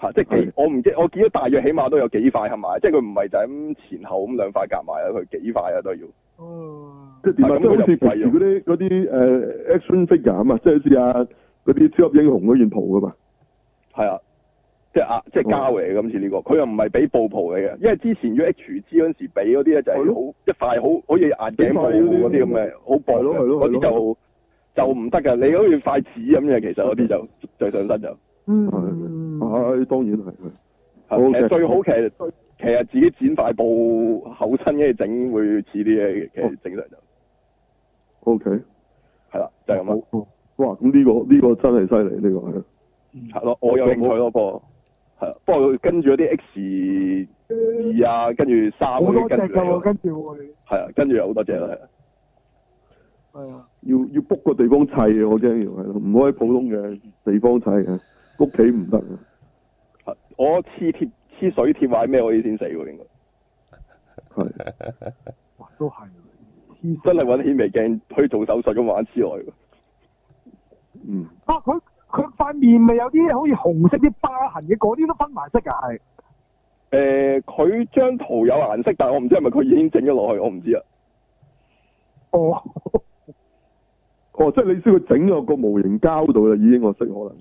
嚇，即係幾
係
我唔知，我見到大約起碼都有幾塊合埋，即係佢唔係就咁前後咁兩塊夾埋啦，佢幾塊啊都要。
嗯，
即係點啊？
係咁
即係好似平
佢
時
就
嗰啲嗰啲誒 action figure 啊嘛，即係好似啊嗰啲超級英雄嗰件袍噶嘛。
係啊，即係啊，即係膠嚟嘅今次呢個，佢又唔係俾布袍嚟嘅，因為之前要 H G 嗰陣時俾嗰啲咧就係
係咯
好一塊好好似眼鏡布嗰啲咁嘅，好薄
係咯係
嘅，
咯
嗰啲
係
就就唔得㗎，你好似塊紙咁嘅，其實嗰啲就最上身就
嗯
係
嗯
啊係當然係係好
係其實
嘅
最好其實其實自己剪塊布厚身跟住整會似啲嘅，
哦
其實整上就
，O K，
係啦，就係咁啦，啊
好哇，咁呢個呢個真係犀利，呢個係
係咯，我有興趣咯，不過係啦，啊不過佢跟住嗰啲 X 二啊，跟住三
好
嗰啲
多隻
跟住嚟
㗎喎，
喎
跟住會
係啊，跟住有好多隻啦。係啊
係啊，
要要 book 個地方砌嘅，我驚要係咯，唔可以普通嘅地方砌嘅，屋企唔得啊嘅。
我黐貼黐水貼或者咩，我以前死喎，應該
係
哇都係啊黐
真係揾顯微鏡去做手術咁玩黐落去喎。
嗯，
啊！佢佢塊面咪有啲好似紅色啲疤痕嘅，嗰啲都分埋色㗎，係
誒、佢張圖有顏色，但係我唔知係咪佢已經整咗落去，我唔知啊。
哦，
哦，即係你先佢整咗個模型膠度啦，已經我識可能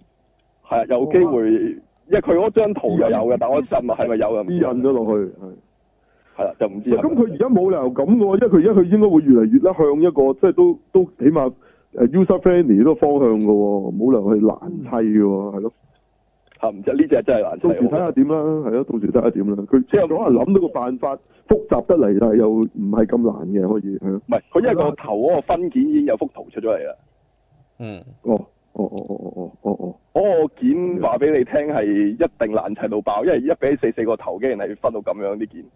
係啊，有機
哦
會，因為佢嗰張圖又有嘅，但 我陣係咪有啊？唔知
啲印咗落去係。
係啦，就唔知係咪。
咁佢而家冇理由咁嘅喎，因為佢而家佢應該會越嚟越咧向一個即係都都起碼誒 user friendly 嗰個方向嘅喎，冇理由去難砌嘅喎，係咯。
嚇啊唔知呢只真係難砌
到時
喎。
睇下點啦，係咯，到時睇下點啦。佢即
即
係
係
可能諗到個辦法複雜得嚟，但係又唔係咁難嘅，可以係咯。
唔係，佢因為個頭嗰個分件已經有幅圖出咗嚟啦。
嗯，
哦哦哦哦哦哦哦
嗰個件話俾你聽係一定難砌到爆，因為一比四四個頭竟然係分到咁樣啲 件。
哦，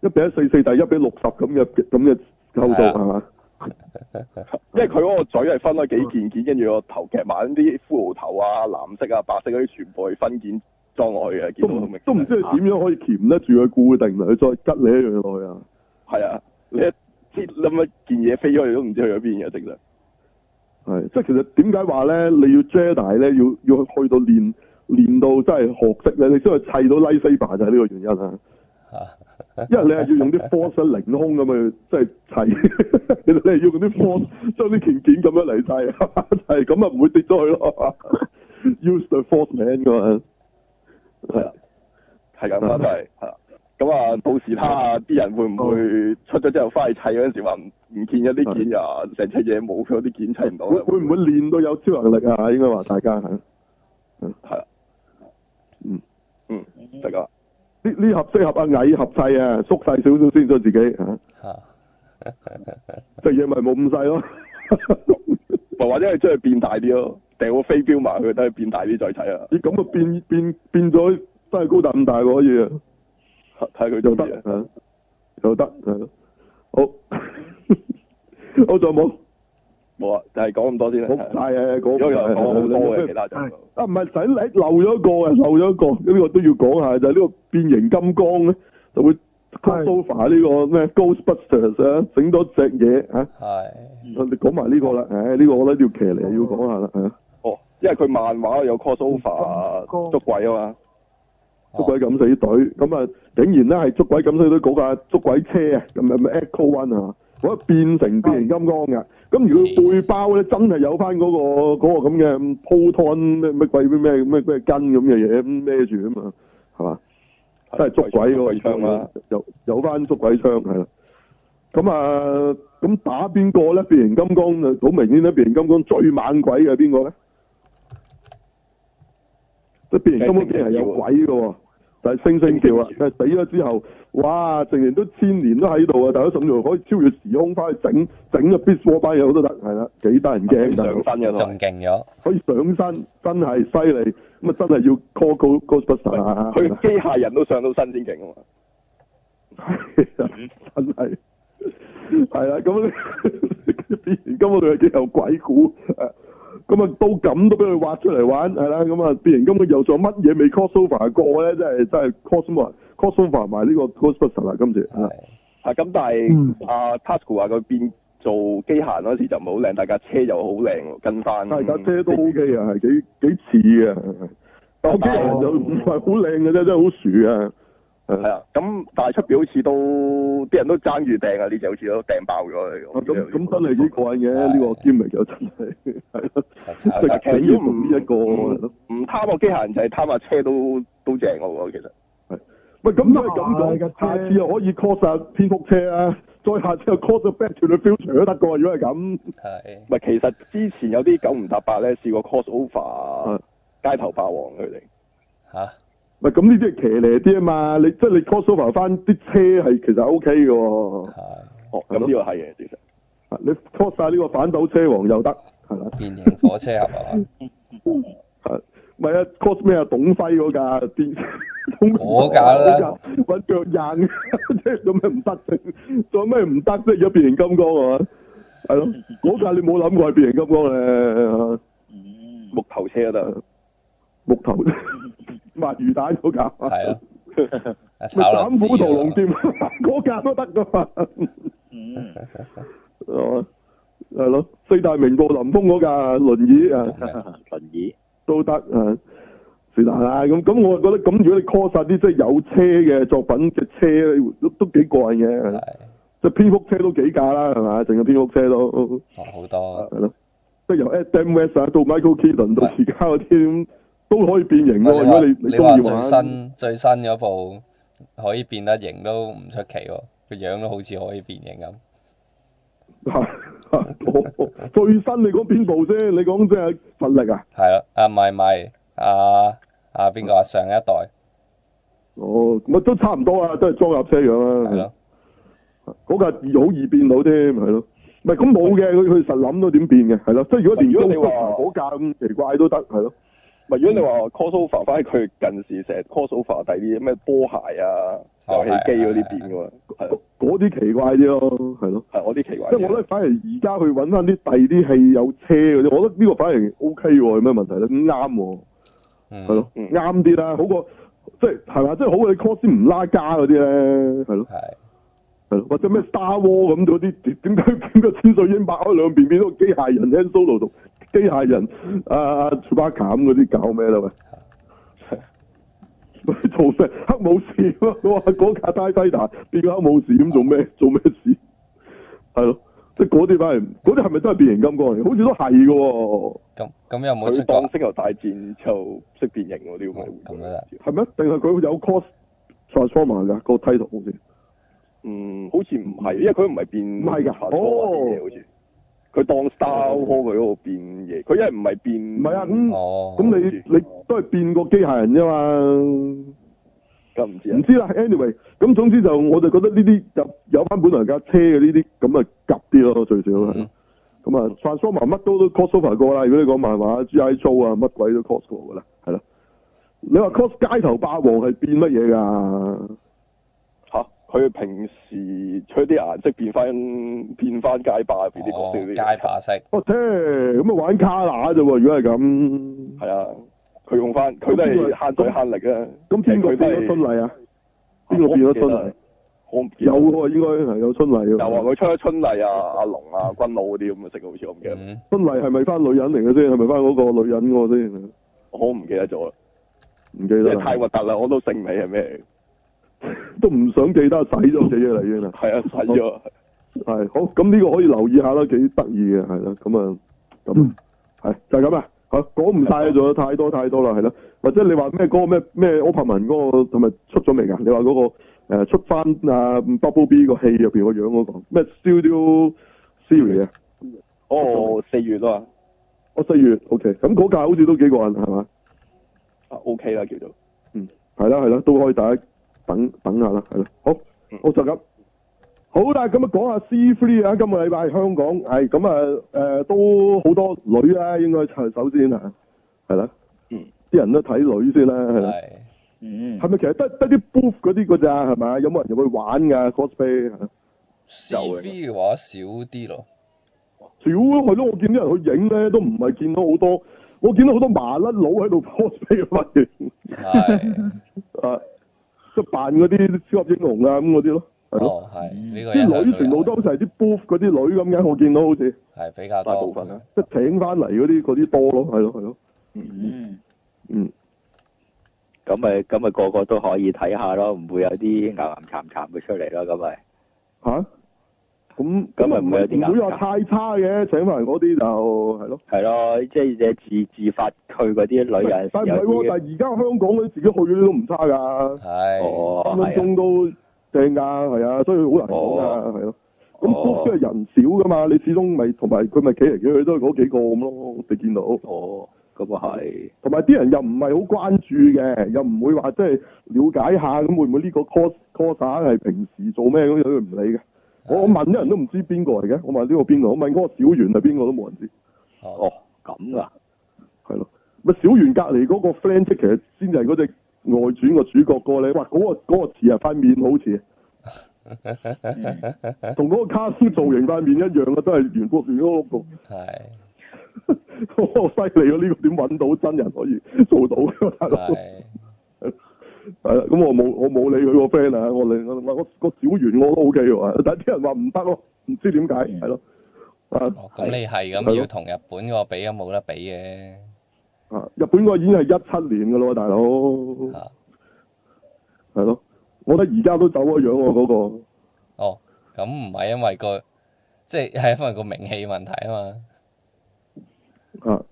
一比一四四第一比六十咁嘅咁嘅構
係啊
造係嘛？
因為佢嗰個嘴係分咗幾件件，跟住個頭夾埋啲骷髏頭啊、藍色啊、白色嗰啲，全部係分件裝落去嘅。見
都
到好
唔
明顯
都唔知佢點樣可以鉗得住佢固定嚟，佢再吉你一樣落去啊！
係啊，你一知諗一件嘢飛咗去都唔知去咗邊嘅，正常。
係，即係其實點解話咧？你要 Jedi 咧，要要去到練練到真係學識咧，你先去砌到 lightsaber 就係呢個原因啊！
嚇，
因為你係要用啲 force 凌空咁去即係砌，你係要用啲 force 將啲件件咁樣嚟砌，就係咁啊， 唔會跌咗去咯。Use the force man 噶嘛，
係啊，係咁啦，都係係啊。咁啊，到時睇下啲人會唔會出咗之後翻去砌嗰陣時話唔唔見咗啲件啊，成隻嘢冇咗啲件砌唔到
會
啦。
會唔會練到有超能力啊？應該話大家係，
係啊？
嗯，
嗯，就係咁啦。
呢呢盒適合阿矮合砌啊，縮細少少先，將自己嚇，
嚇，
隻嘢咪冇咁細咯。
咪或者係將佢變大啲咯，掉個飛鏢埋佢，等佢變大啲再砌啊。
咦，咁啊變變變咗真係高達咁大喎，可以啊，
睇佢
又
做
得
乜嘢。
啊，又得係咯，好， 好仲有冇？
冇啊，就係講咁多先啦。
好晒啊，講
因為又講好多嘅，其他就
係
啊，唔係使你漏咗一個啊，漏咗一個，呢個都要講下，就係呢個變形金剛咧，就會 crossover 呢個咩 Ghostbusters 啊，整多隻嘢啊，
係。
你講埋呢個啦，唉，呢個我覺得要騎嚟要講下啦，係啊，
哦，因為佢漫畫有 crossover
嗯
捉鬼啊嘛，
捉
哦
鬼敢死隊，咁啊，竟然咧係捉鬼敢死隊嗰架捉鬼車啊，咁咪咪 Echo One 啊，我變成變形金剛嘅，咁如果背包咧真係有翻嗰、個嗰、個咁嘅鋪攤咩咩鬼咩咩咩咩根咁嘅嘢咁孭住啊嘛，係嘛？真係捉鬼嗰個啊
鬼槍啊啦，，
有有翻捉鬼槍係啦。咁啊，咁打邊個咧？變形金剛就好明顯咧，變形金剛最猛鬼嘅係邊個咧？即係變形金剛竟然係有鬼嘅喎，但係星星叫啊，佢死咗之後，哇！成年都千年都喺度啊，大家甚至乎可以超越時空翻去整整個 Beast Wars 班友都得，係啦，幾得人驚啊
上
大
身
佬
嘅同
仲
埋
勁咗，
可以上身，真係犀利，咁啊真係要 call Go Ghostbuster 啊！係
佢
啦
機械人都上到身先勁啊嘛。
係啊，真係係啦，咁呢 變形金剛佢幾有鬼故，誒咁啊到咁都俾佢挖出嚟玩，係啦，咁啊變形金剛又做乜嘢未 crossover 過咧？真係真係 crossover crossover 埋呢個 crossover 啦，今次啊
係
啊咁，但
嗯
係阿 Tasco 話佢變做機械人嗰時就唔係好靚，但係架車又好靚喎，跟翻。
但係架車都 OK 啊，係哦幾幾似嘅，但係我機械人就唔係好靚嘅啫，真係好薯啊，
系啊，咁但係出表好似都啲人都爭住訂啊，呢只好似都訂爆咗嚟
啊
㗎。
咁咁真係幾過癮嘅，呢個兼嚟又真係係咯， 即
炒得
係嗯死都唔呢一個係咯。
唔貪個機械人就係貪架車都都正我喎，其實。
喂，咁啊都係咁講，下次又可以 cos 下蝙蝠車啊，再下次又 cos 下 Back to the Future 都得個。如果係咁，
係
唔係，其實之前有啲九唔搭八咧，試過 cross over
嗯
街頭霸王佢哋。
嚇
喂，咁呢啲係騎呢啲啊嘛，你即係你 cos over 翻啲車係其實 O K 嘅喎，
係
哦，
啊
咁呢個係嘅，其實。
你 cos 晒呢個反斗車王又得，係啦。
變形火車俠啊嘛，
係咪啊？cos 咩啊？董輝嗰架電， 董
我架啦，
揾腳硬， 即係做咩唔得啫？做咩唔得啫？而家變形金剛啊，係咯，嗰架你冇諗過係變形金剛咧，
木頭車都得，
木頭 抹魚蛋嗰架，
係咯，啊
咪斬
炒栗子
虎屠龍
啊
劍 嗰架都得噶嘛，
嗯，
係嘛係咯，四大名捕林峰嗰架輪椅啊。
輪椅
都得啊，是但啦。咁咁，我覺得咁，如果你 call 晒啲即係有車嘅作品嘅車，都都幾過癮
嘛，
嘅。
係
即係蝙蝠車都幾架啦，係嘛？淨係蝙蝠車都
學好多。
係咯，即係由 Adam West 啊到 Michael Keaton 到而家嗰啲咁都可以變形
喂
咯。如
你話
果你
啊你
中
話
意
最
玩，
新最新嗰部可以變得型都唔出奇喎，個樣都好似可以變形咁。
最新你講邊部啫？你講即係佛力啊？
係啦，啊唔係唔係，啊啊邊個啊？上一代
哦，咪都差唔多啊，都係裝甲車樣啊。
係咯，
嗰架易好易變到添，係咯。唔係咁冇嘅，佢佢實諗到點變嘅，係咯。即係如果連
如果你話
嗰架咁奇怪都得，係咯。
唔係如果你話 cross over，反而佢近時成日 cross over 第啲咩波鞋啊、
哦
遊戲機
係
嗰啲
係
變㗎嘛，係
嗰嗰啲奇怪啲咯，係咯。
係我啲奇怪
啊即
嘢。
係我覺得反而而家去揾翻啲第二啲戲有車嗰啲，我覺得呢個反而 O K 喎，有咩問題咧？咁啱喎，
嗯，
係咯，
嗯
啱啲啦，好過即係係嘛，即係好過你 cos 唔拉加嗰啲咧，係咯。
係
係咯，或者咩 Star War 咁嗰啲，點點解 點解千歲已經擘開兩邊變咗個機械人 Han Solo 同機械人啊啊 Chewbacca 咁嗰啲搞咩啦喂？喂做咩黑武士啊？我話嗰架 d 西達變咗黑武士咁做咩？做咩事？係咯，即係嗰啲反而嗰啲係咪都係變形金剛嚟？好似都係嘅喎，
咁咁有冇出
佢
過
當？星球大戰就識變形喎，呢個咪
哦咁都得
係咩？定係佢有 cos Transformer 㗎、個 title 好似？
嗯，好似唔係，因為佢唔係變
唔係㗎哦
嘢好似佢當 Star War 佢嗰度變嘢，佢因為唔係變
唔係啊，咁
哦，
咁、你你都係變個機械人啫嘛。
咁唔知啊
唔，知啦，anyway，咁總之就我就覺得呢啲有有翻本來架車嘅呢啲咁啊夾啲咯，最少係
嗯。
咁啊，Transformer 乜都都 crossover 過啦，如果你講漫畫 G.I. Joe 啊，乜鬼都 cross 過噶啦，係啦。你話 cross 街頭霸王係變乜嘢㗎？
嚇佢平時出啲顏色變翻變翻街霸入邊啲角
哦
色啲嘢
街霸式
我切，咁啊玩卡拿啫喎，如果係咁，
係啊，佢用翻佢都係慳水慳力啊。
咁邊個
佢都
變
係
咗春麗啊？邊個變咗春麗？
我唔記
有啊
得啦？我唔記得啦
喎，應該係有春麗
又話
喎。
佢出咗春麗啊、阿龍啊、軍佬嗰啲咁嘅色，好似我唔記得，
嗯
春麗係咪翻女人嚟嘅先？係咪翻嗰個女人嗰個先？
我唔記得咗啦，
唔記得
即
啦
係太核突啦，我都醒唔起係咩，
都唔想記得，洗咗幾嘢啦已經啦。
係啊，洗咗，
係好，咁呢個可以留意下啦，幾得意嘅係啦，咁啊，咁係就係咁啊，好講唔晒啊，仲有太多太多啦，係啦，或者你話咩嗰個咩咩柯柏文嗰個係咪出咗未㗎？你話嗰、個、呃、出翻啊 Bubble B 個戲入邊個樣嗰、個咩 Studio Series 啊？
哦，四月啊嘛
我四月 OK，咁嗰架好似都幾過癮係嘛？
啊，OK 啦叫做，
嗯，係啦係啦，都可以大家等等下啦，係啦，好，好就咁。好啦，咁啊講下 C three 啊，今個禮拜香港係咁啊，誒、都好多女啦，應該就首先啊，係啦，
嗯，
啲人都睇女先啦，係啦，
係
嗯
係咪其實得得啲 booth 嗰啲㗎咋係咪？有冇人入去玩㗎 cosplay？係
CV 嘅話少啲咯，
少咯，係咯，我見啲人去影咧，都唔係見到好多，我見到好多麻甩佬喺度 cosplay 反而
係
啊，即係扮嗰啲超級英雄啊咁嗰啲咯，係咯。
哦係
啊
呢個一
啲
向
女
有
全部都好似係啲 booth 嗰啲女咁嘅，我見到好似
係比較
大
多
部分啦，
即係嗯
嗯
請翻嚟嗰啲嗰啲多咯，係咯係咯，
嗯
嗯。
咁咪咁咪個個都可以睇下咯，唔會有啲岩岩慘慘嘅出嚟咯，咁咪
吓？咁啊
咁啊咪唔會有啲
唔會
硬
話太差嘅，請埋嗰啲就係咯。
係咯，即係你自自發去嗰啲女人
但唔係
有
喎，
啲
但係而家香港佢自己去嗰啲都唔差㗎，
係
哦
分分
係啊
鐘都正㗎，係啊，所以好難講㗎，
哦
係咯。
哦
咁都係人少㗎嘛，你始終咪同埋佢咪企嚟企去都係嗰幾個咁咯，我哋見到。
哦，咁啊係
同埋啲人又唔係好關注嘅，又唔會話即係了解下咁會唔會呢個 cos coser 係平時做咩咁樣佢唔理嘅。我我問啲人都唔知邊個嚟嘅，我問呢個邊個，我問嗰個小圓係邊個都冇人知，
哦
哦咁啊，
係咯。咪小圓隔離嗰個 friend 即係其實先係嗰只外傳個主角個咧，哇！嗰、個嗰、個似啊，塊面好似，同嗰個卡斯造型塊面一樣啊，都係圓碌圓碌碌個。
係
好犀利啊！呢、個點揾到真人可以做到嘅大佬？
係
係啦，呃咁我冇我冇理佢個 friend 啊，我理我我我個小圓我都 OK 喎， 但係啲人話唔得咯，唔知點解係咯，啊
嗯哦咁你係
係咯
咁要同日本嗰個比咁冇得比嘅
啊！日本嗰個已經係一七年嘅咯，大佬係
嚇
咯，我覺得而家都走咗樣喎嗰、個。
哦咁唔係因為個即係係因為個名氣問題啊嘛
啊，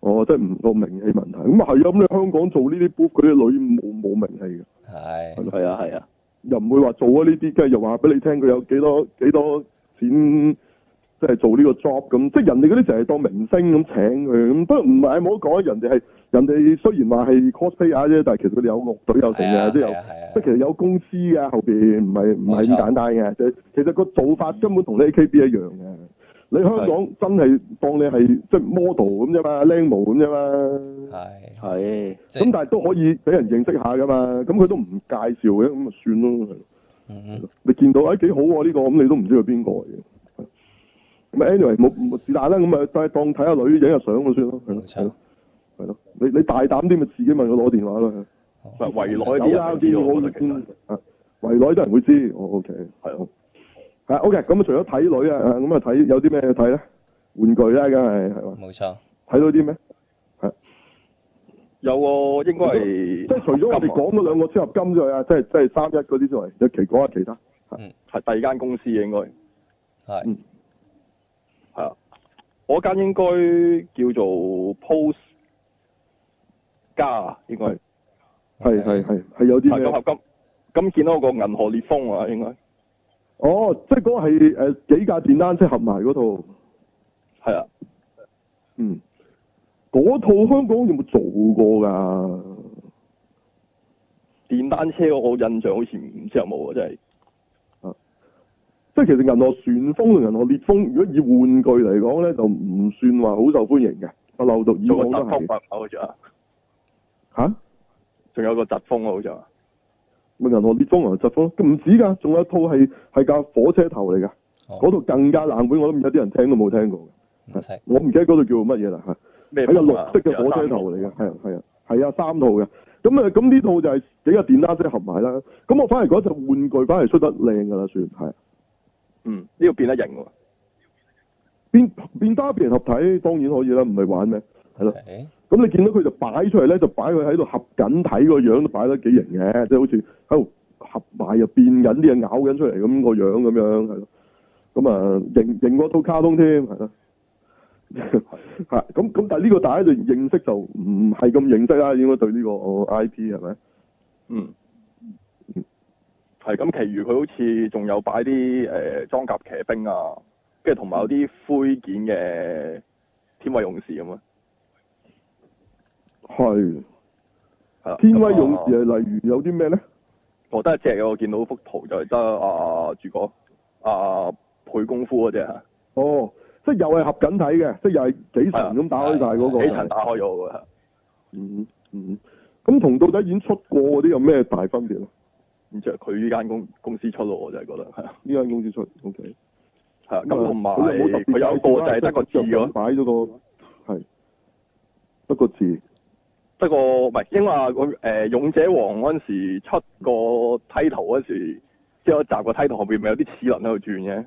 哦，即係唔個名氣問題，咁啊係啊，咁你香港做呢啲 b o o t 嗰啲女冇冇名氣嘅，
係
係啊係啊，
又唔會話做咗呢啲，跟住又話俾你聽佢有幾多幾多錢，即係做呢個 job 咁，即係人哋嗰啲成日當明星咁請佢，咁不過唔係冇得講，人哋係人哋雖然話係 cosplay 啊啫，但係其實佢哋有樂隊有成
係啊
嘅，即係有
係啊係啊
即係其實有公司嘅後邊，唔係唔係咁
冇錯
簡單嘅，即係其實個做法根本同你 AKB 一樣嘅。你香港真係當你係即係 model 咁啫嘛，靚模咁啫嘛。
係
係
即
咁但
係
係都可以俾人認識下噶嘛，咁佢都唔介紹嘅，咁咪算咯。係
嗯嗯
你見到哎誒幾、好喎、呢、個，咁你都唔知佢邊個嚟嘅。咁啊 anyway 冇冇是但啦，咁啊當當睇下女影下相咁算咯，係咯
冇錯
係咯，係咯，你你大膽啲咪自己問佢攞電話咯，
好
唔係圍內
有
啲
啦，
人知
見
道，我
我
覺得其
見
實
啊，圍內都人會知，我 OK
係咯，
係 OK，咁啊除咗睇女啊，啊咁啊睇有啲咩睇咧？玩具啦，梗係係嘛，
嗯
嗯
冇錯
睇到啲咩？
有個應該係
即係除咗我哋
啊
啊
講嗰兩個超合金之外啊，即係即係三一嗰啲之外，有其講下其他。
係第二間公司嘅應該係
嗯
係
啊，嗰間應該叫做 Post 加應該係
係係係係有啲
係
咩
咁？啊合金。咁見到個銀河烈風啊，應該
哦，即係嗰個係誒幾架電單車合埋嗰套，
係啊，
嗯，嗰套香港有冇做過㗎？
電單車我印象好似唔知有冇啊，真係
即係其實銀河旋風同銀河烈風，如果以玩具嚟講咧，就唔算話好受歡迎嘅。我漏到以
仲有
往
個
都
疾
係
風啊，好似啊，
嚇，
仲有個疾風啊，好似啊，
咪、銀河烈風銀河疾風咁唔止㗎，仲有一套係係架火車頭嚟㗎，
哦
嗰套更加冷門，我諗有啲人聽都冇聽過嘅。
唔識
我唔記得嗰度叫乜嘢啦嚇。
咩
係個
風
綠
啊
色嘅火車頭嚟嘅，係啊係啊係啊三套嘅。咁啊咁呢套就係幾個電單車合埋啦。咁我反而覺得就玩具反而出得靚㗎啦，算係。
嗯，呢個變得型喎，
變變單變人合體當然可以啦，唔係玩咩？係咯。
OK
咁你見到佢就擺出嚟咧，就擺佢喺度合緊睇個樣都擺得幾型嘅，即係好似喺度合埋又變緊啲嘢咬緊出嚟咁個樣咁樣係咯。咁啊，型型過套卡通添，係咯。係咁咁，但係呢個大家就認識就唔係咁認識啦，應該對呢個 I P 啊係咪？
嗯，係咁，其餘佢好似仲有擺啲誒裝甲騎兵啊，跟住同埋有啲灰件嘅天威勇士咁啊，
係
係啦
天威勇士
咁啊，
係例如有啲咩咧？
我得一隻嘅，我見到幅圖就係得啊主角啊倍功夫嗰只啊，
哦，即係又係合緊睇嘅，即係又係幾層咁打開晒嗰個。
幾層打開咗啊嘅喎，
嗯嗯，咁同到底已經出過嗰啲有咩大分別咧？
然之後佢呢間公公司出咯，我就係覺得係啊
呢間公司出，OK。
係啊，咁同埋
佢又冇特別
佢有一個就係得個字啊
介紹啦
咯
即係。擺咗個係得個字。
不過唔係，因為話佢誒勇者王嗰陣時出個
啊
title 嗰時，即係有一集個 title 後邊咪有啲齒輪喺度轉嘅，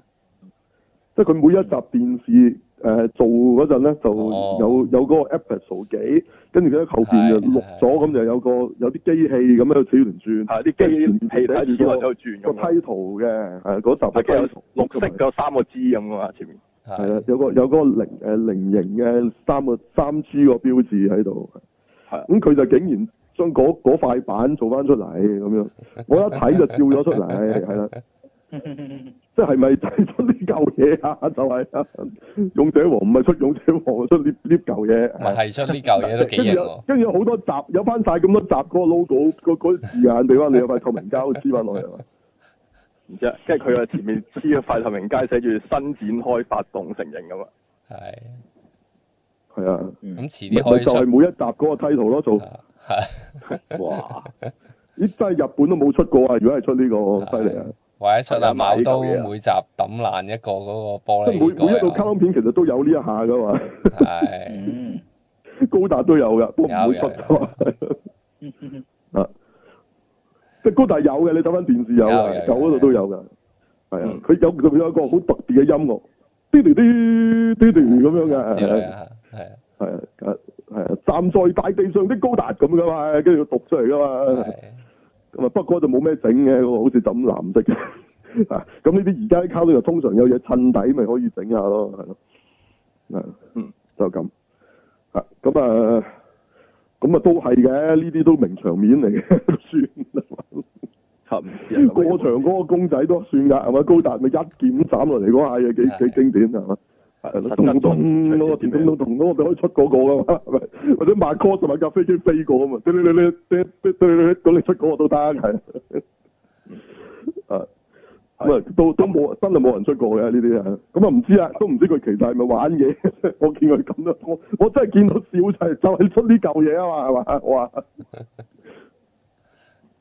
即係佢每一集電視誒、呃做嗰陣咧，就有、
哦
有嗰個 episode 幾，跟住佢喺後邊就
係
錄咗，咁就有個有啲機器咁樣喺度轉
係啲機器睇住之後就轉
轉個
咁啊。
梯圖嘅，係嗰集
係跟
嘅
住有綠色嗰三個 G 咁噶嘛，前面
係啦，有個有個菱誒菱形嘅三個三 G 個標誌喺度，
係啊
咁佢就竟然將嗰嗰塊板做翻出嚟咁樣， 我一睇就笑咗出嚟，係啦，即係咪就係出呢嚿嘢啊？就係、啊，勇者王唔係出勇者王，出呢呢嚿嘢。
咪係出呢嚿嘢都幾
跟住
型
有
喎，
跟住有好多集，有翻晒咁多集嗰個 logo，嗰嗰啲字眼俾翻你有塊透明膠黐翻落嚟啊嘛。
唔知啊，跟住佢又前面黐咗塊透明街，寫住伸展開發動成型咁啊。
係
係啊，
咁遲
咪
啲可以
就係
出
每一集嗰個 title 咯，做
啊係
哇！
咦真係日本都冇出過啊！如果係出呢個，犀利啊！
或者出
係
阿
啊買
矛
呢嚿
刀
嘢啊
每集抌爛一個嗰個玻
即係每
璃
每一套卡
蓋啊
通片其實都有呢一下噶嘛，
係
嗯，
高達都有噶，不過唔會出噶嘛。啊，即係高達有嘅，你睇翻電視有嘅，
有有有
舊嗰度都有嘅。係啊
嗯，
佢有佢有一個好特別嘅音樂，滴滴滴滴滴咁樣嘅，
之類
係啊
啊，係啊
係啊係啊係啊，站在大地上的高達咁噶嘛，跟住讀出嚟噶嘛。
係
咁啊，不過就冇咩整嘅，嗰個好似就咁藍色嘅。 啊，咁呢啲而家啲卡通就通常有嘢襯底，咪可以整下咯，係咯。啊，
嗯，
就咁。啊，咁啊，咁啊都係嘅，呢啲都名場面嚟嘅， 都算啦。
嚇唔知啊
過場嗰個公仔都算㗎，係咪？高達咪一劍斬落嚟嗰下嘢幾
係
幾經典係咪？係咯，咚咚咚嗰個電咚咚咚嗰個咪可以出嗰個噶嘛，係咪？或者馬 cos 同埋架飛機飛過啊嘛，嘟嘟嘟嘟嘟嘟嘟嘟嘟咁你出嗰個都得係。啊，咁啊都都冇真係冇人出過嘅呢啲啊，咁啊唔知啊，都唔知佢其實係咪玩嘢，我見佢咁咯，我我真係見到笑就係就係出呢嚿嘢啊嘛，係嘛？我話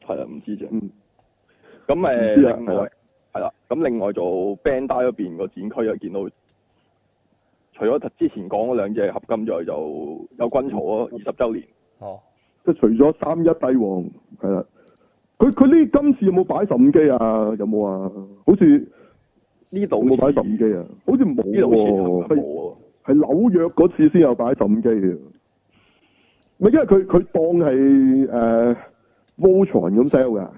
係啊，唔知啫。
嗯
咁
唔
誒，
知啊
另
係
外
啦
係啦，咁另外就 Bandai 嗰邊個展區又見到，除咗之前講嗰兩隻合金之外，就有軍曹咯，二十週年。
哦
即係除咗三一帝王係啦，佢佢呢今次有冇擺十五機啊？有冇啊？好似
呢度
有冇擺十五機啊？好似冇
呢度好似
喎，
冇喎。
係紐約嗰次先有擺十五機嘅，唔係因為佢佢當係誒 Voltron 咁 sell 㗎，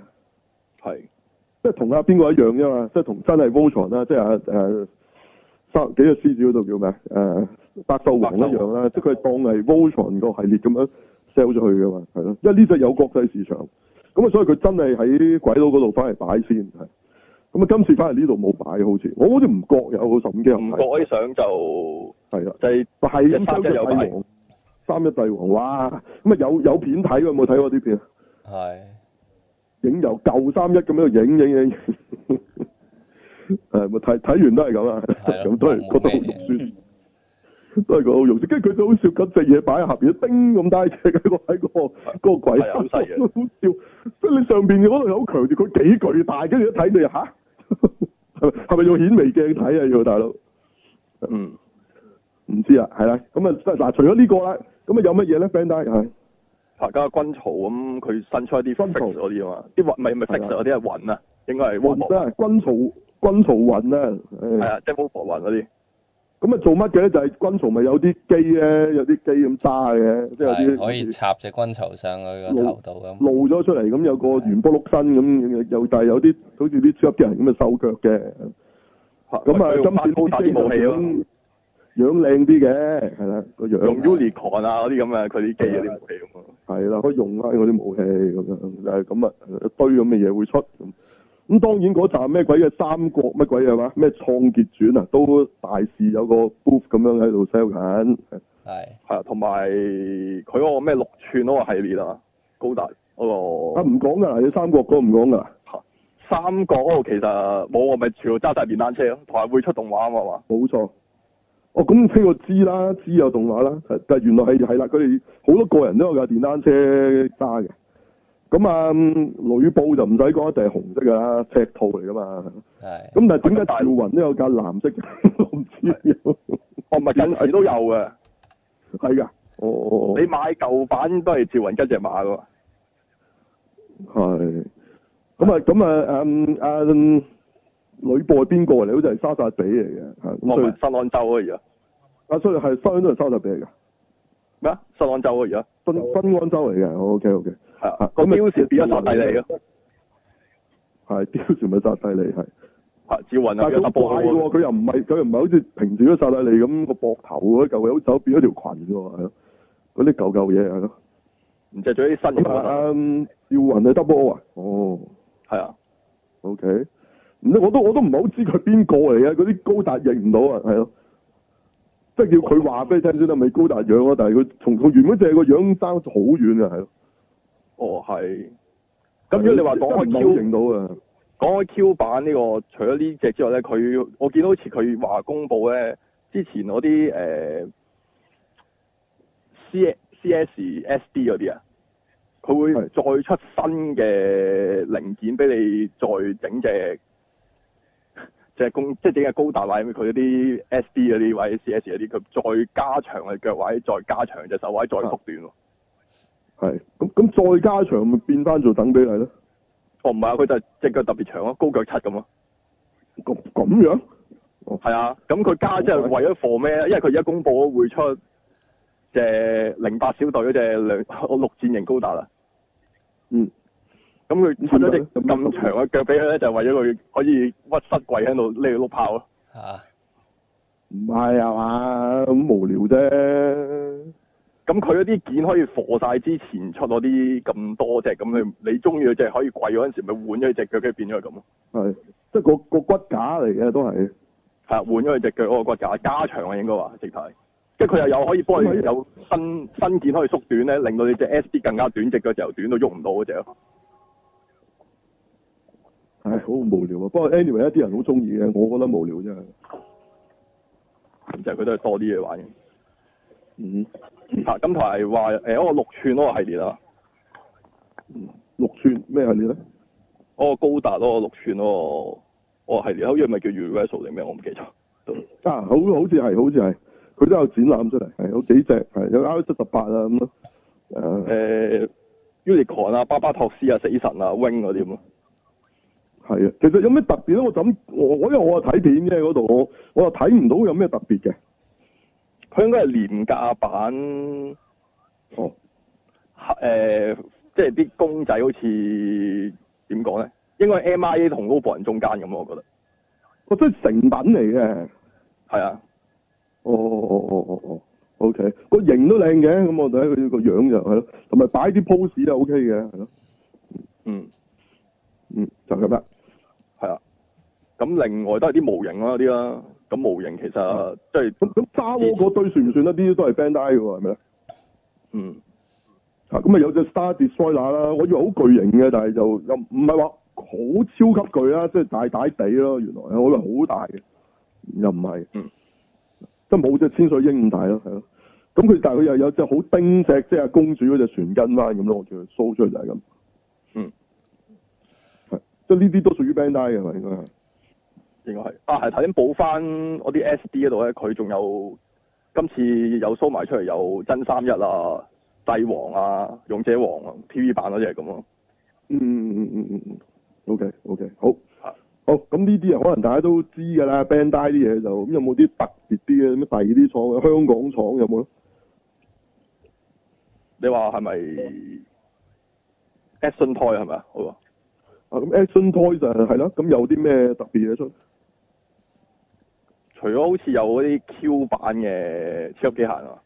係
即係同阿邊個一樣啫嘛，即係同真係 Voltron 啦，即係阿誒三幾隻獅子嗰度叫咩啊？誒百獸王一樣啦，即係佢係當係 Voltron 個系列咁樣 sell 咗去㗎嘛，係咯，因為呢隻有國際市場，咁啊所以佢真係喺鬼佬嗰度翻嚟擺先係，咁啊今次翻嚟呢度冇擺好似，我好似唔覺有十五機有
唔
擺
覺啲相就
係啊啦。
就係
係咁三一帝王，三一帝王，哇！咁啊有有片睇喎，有冇睇過啲片啊？
係
影由舊三一咁樣影影影， 誒咪睇睇完都係咁啊，
係咯
咁都係覺得好肉酸，都係覺得好肉酸。跟住佢就好笑，咁隻嘢擺喺下邊，叮咁大隻喺個喺個嗰個鬼
係好細嘅
好笑。即係你上邊嗰度又好強調佢幾巨大，跟住一睇你嚇， 係咪係咪用顯微鏡睇啊？要大佬？
嗯
唔知啊，係啦，咁啊嗱，除咗呢個啦，咁啊有乜嘢咧？Bandai 係
拍家軍曹咁，佢新出一啲
軍
fix
曹
嗰啲啊嘛，啲雲唔係唔
係啊
係 fix 嗰啲係雲啊，應該係 v o
雲
b
啊，軍曹軍曹雲啊，
係
誒
啊，即係 v o b 雲嗰啲。
咁啊做乜嘅咧？就係、軍曹咪有啲機咧，有啲機咁揸嘅，即係有
係
啲嗯
可以插隻軍曹上去個頭度咁，
露咗出嚟，咁有個圓波碌身咁，又但係有啲好似啲超級機人咁嘅啊收腳嘅，咁啊
佢
今
用
次
高達
啲機
啲武器啊咯，
就樣靚啲嘅，係啦個樣
用 Unicorn 啊嗰啲咁啊，佢啲機嗰啲武器咁啊。
係啦，可以用翻嗰啲武器咁樣，就係咁啊，一堆咁嘅嘢會出咁。咁當然嗰站咩鬼嘅三國乜鬼嘢嘛，咩創傑傳啊，都大事有個 booth 咁樣喺度 sell 緊。
係
係啊，同埋佢嗰個咩六寸嗰個系列啊，高達嗰、
啊，
個
唔講㗎啦，你三國嗰個唔講㗎啦，
三角嗰度其實冇，我咪全部揸晒電單車咯，同埋會出動畫啊嘛，
冇錯。哦，咁呢個知啦，知有動畫啦，但係原來係係啦，佢哋好多個人都有架電單車揸嘅。咁啊，嗯呂布就唔使講，一定係紅色㗎啦，赤兔嚟㗎嘛。
係
咁但係點解大雲都有架藍色嘅？ 我唔知。
我咪近時都有嘅。
係㗎，哦哦
你買舊版都係趙雲跟只馬噶嘛，
係。咁啊，咁啊，嗯啊嗯女播係邊個嚟？好似係莎莎比嚟嘅，嚇咁
我
所
咪
以
新安州啊而家
啊，所以係新安都係莎莎比嚟嘅，
咩啊？新安州啊而家
新新安州嚟嘅，OK OK，
係啊
啊
個
咁咪
標示變咗殺弟嚟咯，
係貂蟬咪莎莎利係，
啊趙雲啊
但係
變咗
佢
殺
好怪
波佬喎
喎，佢又唔係佢又唔係好似平時嗰莎莎利咁個膊頭嗰嚿有手變咗條裙嘅喎，係咯，嗰啲舊舊嘢係咯，
唔知係做啲新型
咁啊
嘅，
嗯趙雲係 double O 啊，哦。
係啊，
O K，唔知我都我都唔係好知佢邊個嚟啊嘅，嗰啲高達認唔到啊，係咯，即係要佢話俾你聽先得，咪高達樣咯，但係佢同同原本隻個樣爭好遠啊，係咯。
哦係。咁如果你話講開
真係唔
Q
係好認到啊，
講開 Q 版呢、個，除咗呢只之外咧，佢我見到好似佢話公佈咧，之前嗰啲誒 C C S S D 嗰啲啊，佢會
係
再出新嘅零件俾你再整隻隻公，即係整隻高達或者佢嗰啲 S D 嗰啲或者 C S 嗰啲，佢再加長嘅腳位，再加長隻手位，再縮短喎。
係咁咁再加長咪變翻做等比例咧？
哦，唔係啊，佢就隻腳特別長咯，高腳七咁咯。
咁咁樣哦
係啊，咁佢加即係為咗防咩咧？因為佢而家公佈咗會出隻零八小隊嗰只兩 陸戰型高達啦。
嗯。
咁佢出咗隻咁啊長嘅腳俾佢咧，就係為咗佢可以屈膝跪喺度匿度碌炮啊咯。
嚇
唔係啊嘛，咁無聊啫。
咁佢嗰啲件可以防晒之前出嗰啲咁多隻，咁你你中意嗰只可以跪嗰陣時，咪換咗佢只腳，跟住變咗佢咁咯。
係即係個個骨架嚟嘅都係。
係啊，換咗佢只腳嗰個骨架加長啊，應該話直頭係。即係佢又有可以幫你有新新件可以縮短咧，令到你隻 S D 更加短，隻腳就由短到喐唔到嗰只咯。
唉，好無聊啊！不過 anyway，一啲人好中意嘅，我覺得無聊真係。
啊就係佢都係多啲嘢玩嘅。啊
嗯，
嚇咁同埋話誒嗰個六寸嗰個系列啊，
六寸咩系列咧？
嗰、個高達嗰個六寸嗰、個嗰個系列，好似咪叫 Universal 定咩？我唔記得咗。都
啊，好好似係，好似係，佢都有展覽出嚟，係有幾隻，係有 R 七十八啊咁咯，誒
誒 Unicorn 啊、巴巴托斯啊、死神啊、Wing 嗰啲咁咯。
係啊，其實有咩特別咧？我就咁，我我因為我係睇片啫嗰度，我我又睇唔到有咩特別嘅，
佢應該係廉價版誒、
哦，
即係啲公仔好似點講咧？應該係 MIA 同 Robo 人中間咁咯，我覺得
我真係成品嚟嘅，
係啊。
哦哦哦哦哦哦，OK，個型都靚嘅，咁我睇佢個樣就係咯，同埋擺啲 pose 就 OK 嘅，係咯，
嗯，
嗯，就咁啦，
係啊。咁另外都係啲模型啊啦，啲啦。咁模型其實即係
咁咁沙窩嗰堆算唔算呢啲都係 Bandai 嘅喎，係咪咧？
嗯。
啊，咁啊有隻 Star Destroyer 啦，我以為好巨型嘅，但係就又唔係話好超級巨啊啦，即係大大地咯。原來我以為好大嘅，又唔係，
嗯
即係冇隻千歲鷹咁大咯，係咯。咁佢但係佢又有隻好丁隻，即係公主嗰隻船跟翻咁咯，我叫佢 show 出嚟就係咁。
嗯，
係，即係呢啲都屬於 Bandai 嘅係咪應該係？
應該係啊，係頭先補翻我啲 SD 嗰度咧，佢仲有今次有 show 埋出嚟，有真三一啊、帝王啊、勇者王啊、TV 版嗰啲係咁咯。
嗯嗯嗯嗯嗯嗯，OK OK，好
啊。
好，咁呢啲啊，可能大家都知㗎啦，Bandai 啲嘢就咁有冇啲特別啲嘅咩？第二啲廠香港廠有冇咧？
你話係咪 Action Toy 係咪啊？好啊，
啊，咁 Action Toy 就係係啦，咁有啲咩特別嘢出？
除咗好似有嗰啲 Q 版嘅超級機械人啊，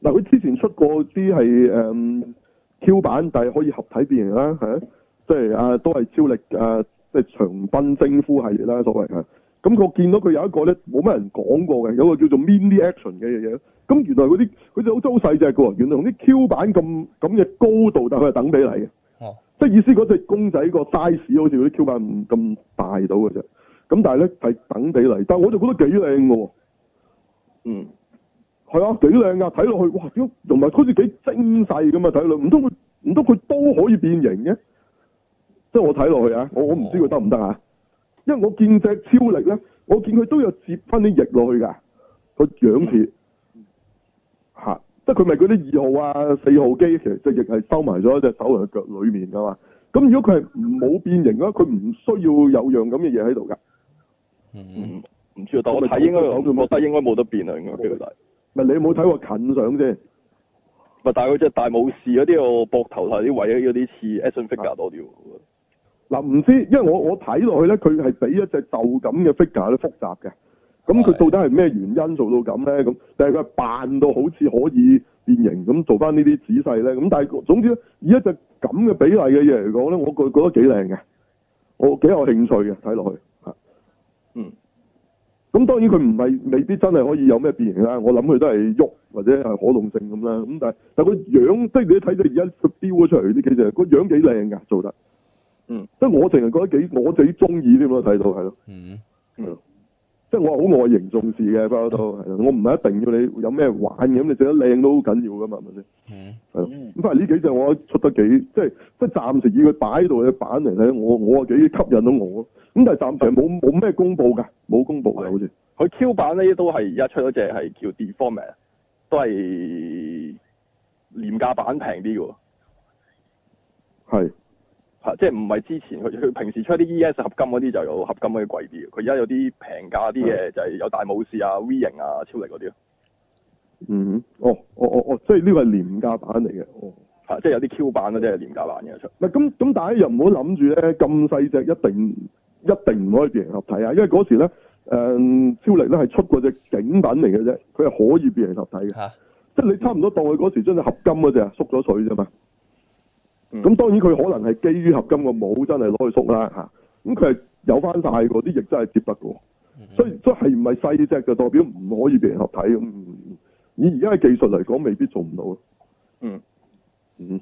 嗱，佢之前出過啲係誒 Q 版，但係可以合體變形啦，係啊，即係啊都係超力啊，即係長奔征夫系列啦，所謂係。咁我見到佢有一個咧，冇乜人講過嘅，有個叫做 Mini Action 嘅嘢。咁原來嗰啲佢就好真係好細只嘅喎，原來同啲 Q 版咁咁嘅高度，但係佢係等比例嘅。
哦
即係意思嗰只公仔個 size 好似嗰啲 Q 版唔咁大到嘅啫。咁但係咧係等比例，但係我就覺得幾靚嘅喎。
嗯，
係啊，幾靚啊！睇落去，哇！點解同埋好似幾精細咁啊！睇落，唔通佢唔通佢都可以變形嘅？即係我睇落去啊，我我唔知佢得唔得啊？因為我見隻超力咧，我見佢都有接翻啲翼落去㗎，個樣似嚇、即係佢咪嗰啲二號啊、四號機，其實隻翼係收埋咗喺隻手同隻腳裡面㗎嘛。咁如果佢係冇變形嘅話，佢唔需要有樣咁嘅嘢喺度㗎。
嗯，
嗯唔知啊，但我睇應該我覺得應該冇得變啊，應該幾大。
咪你有冇睇過近相先？
咪但係佢只大武士嗰啲，我膊頭睇啲位有啲似 action figure 多啲喎。
嗱，唔知，因為我我睇落去咧，佢係俾一隻就咁嘅 figure 咧複雜嘅。咁佢到
係
底係咩原因做到咁咧？咁但係佢係扮到好似可以變形咁做翻呢啲仔細咧。咁但係總之呢以一隻咁嘅比例嘅嘢嚟講咧，我覺覺得幾靚嘅，我幾有興趣嘅睇落去。嚇
嗯，
咁當然佢唔係未必真係可以有咩變形啦，我諗佢都係喐或者係可動性咁啦。咁但係但係個樣，即係你睇到而家佢標咗出嚟呢幾隻，個樣幾靚㗎，做得。
嗯，
即係我淨係覺得幾我自己中意添咯，啊睇到係咯，
嗯，
即係我係好外形重視嘅，不嬲都係咯。我唔係一定要你有咩玩嘅，咁你整得靚都好緊要㗎嘛，係咪先？
嗯，
係咯
嗯。
咁反而呢幾隻我出得幾，即係即係暫時以佢擺喺度嘅版嚟睇，我我係幾吸引到我。咁但係暫時係冇冇咩公佈㗎，冇公佈㗎好似。
佢 Q 版呢都係而家出咗隻係叫 Deformer，都係廉價版平啲嘅喎。
係
係即係唔係之前佢佢平時出啲 E.S 合金嗰啲就有合金嗰啲貴啲嘅，佢而家有啲平價啲嘅就係有大武士啊、V 型啊、超力嗰啲咯，
嗯，哦，哦哦哦，即係呢個係廉價版嚟嘅。哦，
係即係有啲 Q 版嗰啲係廉價版嘅出，
唔係咁咁，大家又唔好諗住咧咁細隻一定一定唔可以變形合體啊！因為嗰時咧，誒、超力咧係出過隻景品嚟嘅啫，佢係可以變形合體嘅，
吓，
即係你差唔多當佢嗰時將隻合金嗰隻啊縮咗水啫嘛。
嗯
咁、當然佢可能係基於合金個帽真係攞去縮啦嚇，咁佢係有翻晒嗰啲亦真係接得嘅喎。
嗯
所以所以係唔係細只就代表唔可以變形合體咁？嗯以而家嘅技術嚟講，未必做唔到咯。
嗯
嗯。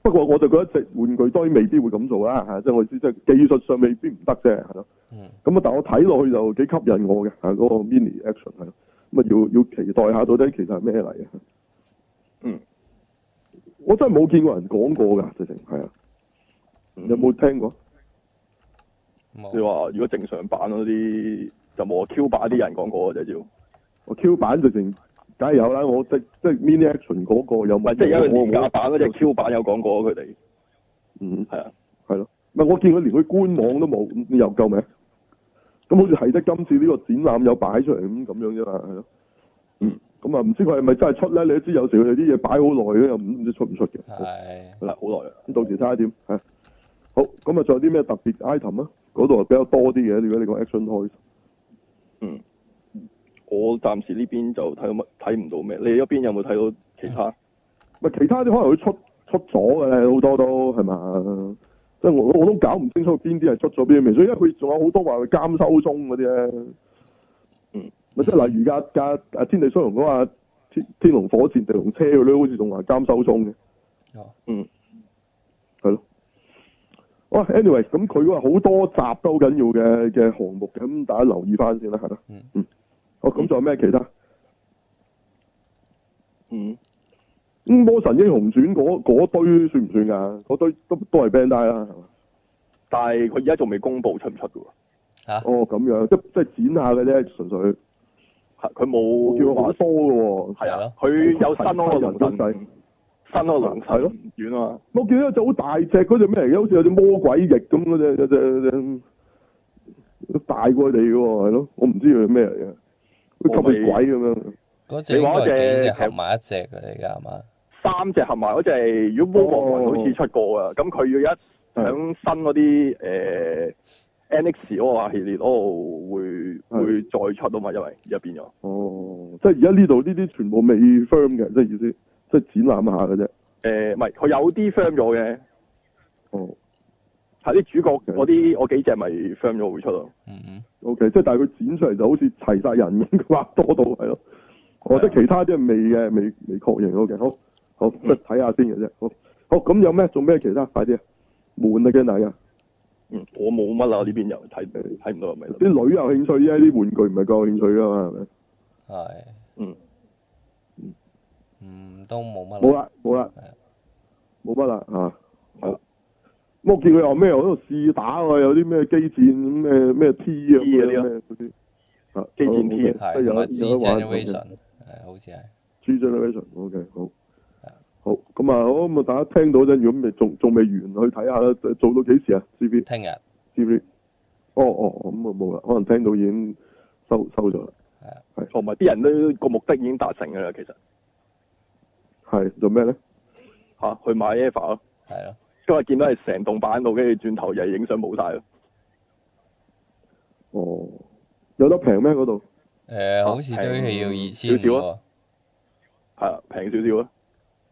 不過我就覺得隻玩具當然未必會咁做啦嚇，即係我意思即係技術上未必唔得啫，係咯。
嗯
咁啊，但我睇落去就幾吸引我嘅嚇，嗰、個 mini action 係咯。咁啊，要要期待下到底其實係咩嚟嘅？
嗯，
我真係冇見過人講過㗎，直情係啊。
嗯
有冇聽過？
冇
你話如果正常版嗰啲就冇啊 Q 版啲人講過嘅啊啫，要唔
我 Q 版直情梗係有啦，我即即係 mini action 嗰個有冇？
係即係而家佢廉價
我
版嗰只 Q 版有講過啊佢哋
嗯。
係啊，
係咯，唔係我見佢連佢官網都冇，咁你又救命？咁好似係得今次呢個展覽有擺出嚟咁咁樣啫嘛，係咯。
嗯。
咁啊，唔知佢係咪真係出咧？你都知有時佢哋啲嘢擺好耐嘅，又唔唔知出唔出嘅。
係
係好耐啦，
咁到時睇下點係。好，咁啊，仲有啲咩特別 item 啊？嗰度比較多啲嘅，如果你講 action toys。
嗯，我暫時呢邊就睇到乜睇唔到咩，你嗰邊有冇睇到其他？
咪其他啲可能佢出出咗嘅咧，好多都係嘛？即係我我都搞唔清楚邊啲係出咗邊啲未，所以因為佢仲有好多話佢監收中嗰啲咧。
嗯。
咪即係例如架架啊天地雙龍嗰架天天龍火箭、地龍車嗰啲，好似仲話監收中嘅，
哦，
嗯
係咯。哦，anyway，咁佢話好多集都好緊要嘅嘅項目嘅，咁大家留意翻先啦，係啦。
嗯
嗯。好，咁仲有咩其他？
嗯，
咁《魔神英雄傳》嗰嗰堆算唔算㗎？嗰堆都都係 Bandai 啦，係嘛？
但係佢而家仲未公布出唔出嘅喎。
吓，
哦，咁樣，即即係剪下嘅啫，純粹
係佢冇
叫好多嘅喎。
係啊，
係
佢有新嗰個
人
龍
都細
神，新嗰個龍
係咯
神院啊嘛，
我見到有隻好大隻嗰隻咩嚟嘅，好似有隻魔鬼翼咁嗰隻，有隻有隻大過佢哋嘅喎，係咯，我唔知佢係咩嚟嘅，
我
好似吸血
咪
鬼咁樣。
嗰隻應該係幾隻合埋一隻嘅嚟㗎係嘛？
三隻合埋嗰隻，如果魔王
哦
好似出過啊，咁佢要一響新嗰啲誒 NX 嗰個系列嗰度會
係
會再出啊嘛，因為而家變咗
哦，即係而家呢度呢啲全部未 firm 嘅，即係意思，即係展覽下嘅啫。
誒，唔係佢有啲 firm 咗嘅，
哦
係啲主角嗰啲我幾隻咪 firm 咗會出咯，
嗯嗯
，OK，即係但係佢剪出嚟就好似齊晒人咁， 佢話多到係咯。哦，即係其他啲係未嘅，未未確認。OK，好，好，即係睇下先嘅啫。好，好咁有咩做咩其他？快啲啊！悶啊，驚大家。
嗯，我冇乜啦，呢邊又睇睇唔到係咪？
啲女有興趣啫，啲玩具唔係夠興趣噶嘛，係咪？
係，
嗯，
嗯都冇乜
冇啦，冇啦
係啊，
冇乜啦嚇。啊
係啦
咁我見佢有咩喺度試打喎，有啲咩機戰咩咩 T 啊咁
T 嗰啲
樣
咯
咩嗰啲啊
機戰 T
啊
係同埋 G 啊
有得玩
generation 係好似係
G generation OK 好
係啊。
好，咁啊，好咁啊，大家聽到陣，如果未仲仲未完，去睇下啦。做到幾時啊？C B
聽日
C B，哦哦，咁啊冇啦，可能聽到已經收收咗啦。
同埋啲人都個目的已經達成㗎啦，其實
係做咩咧？
嚇、去買 e v a 咯，
係咯，
今日見到係成棟板度，跟住轉頭又係影相冇晒咯。
哦，有得平咩嗰度？啊
誒好似追戲要二千
少少
喎，
係啊，平少少啊，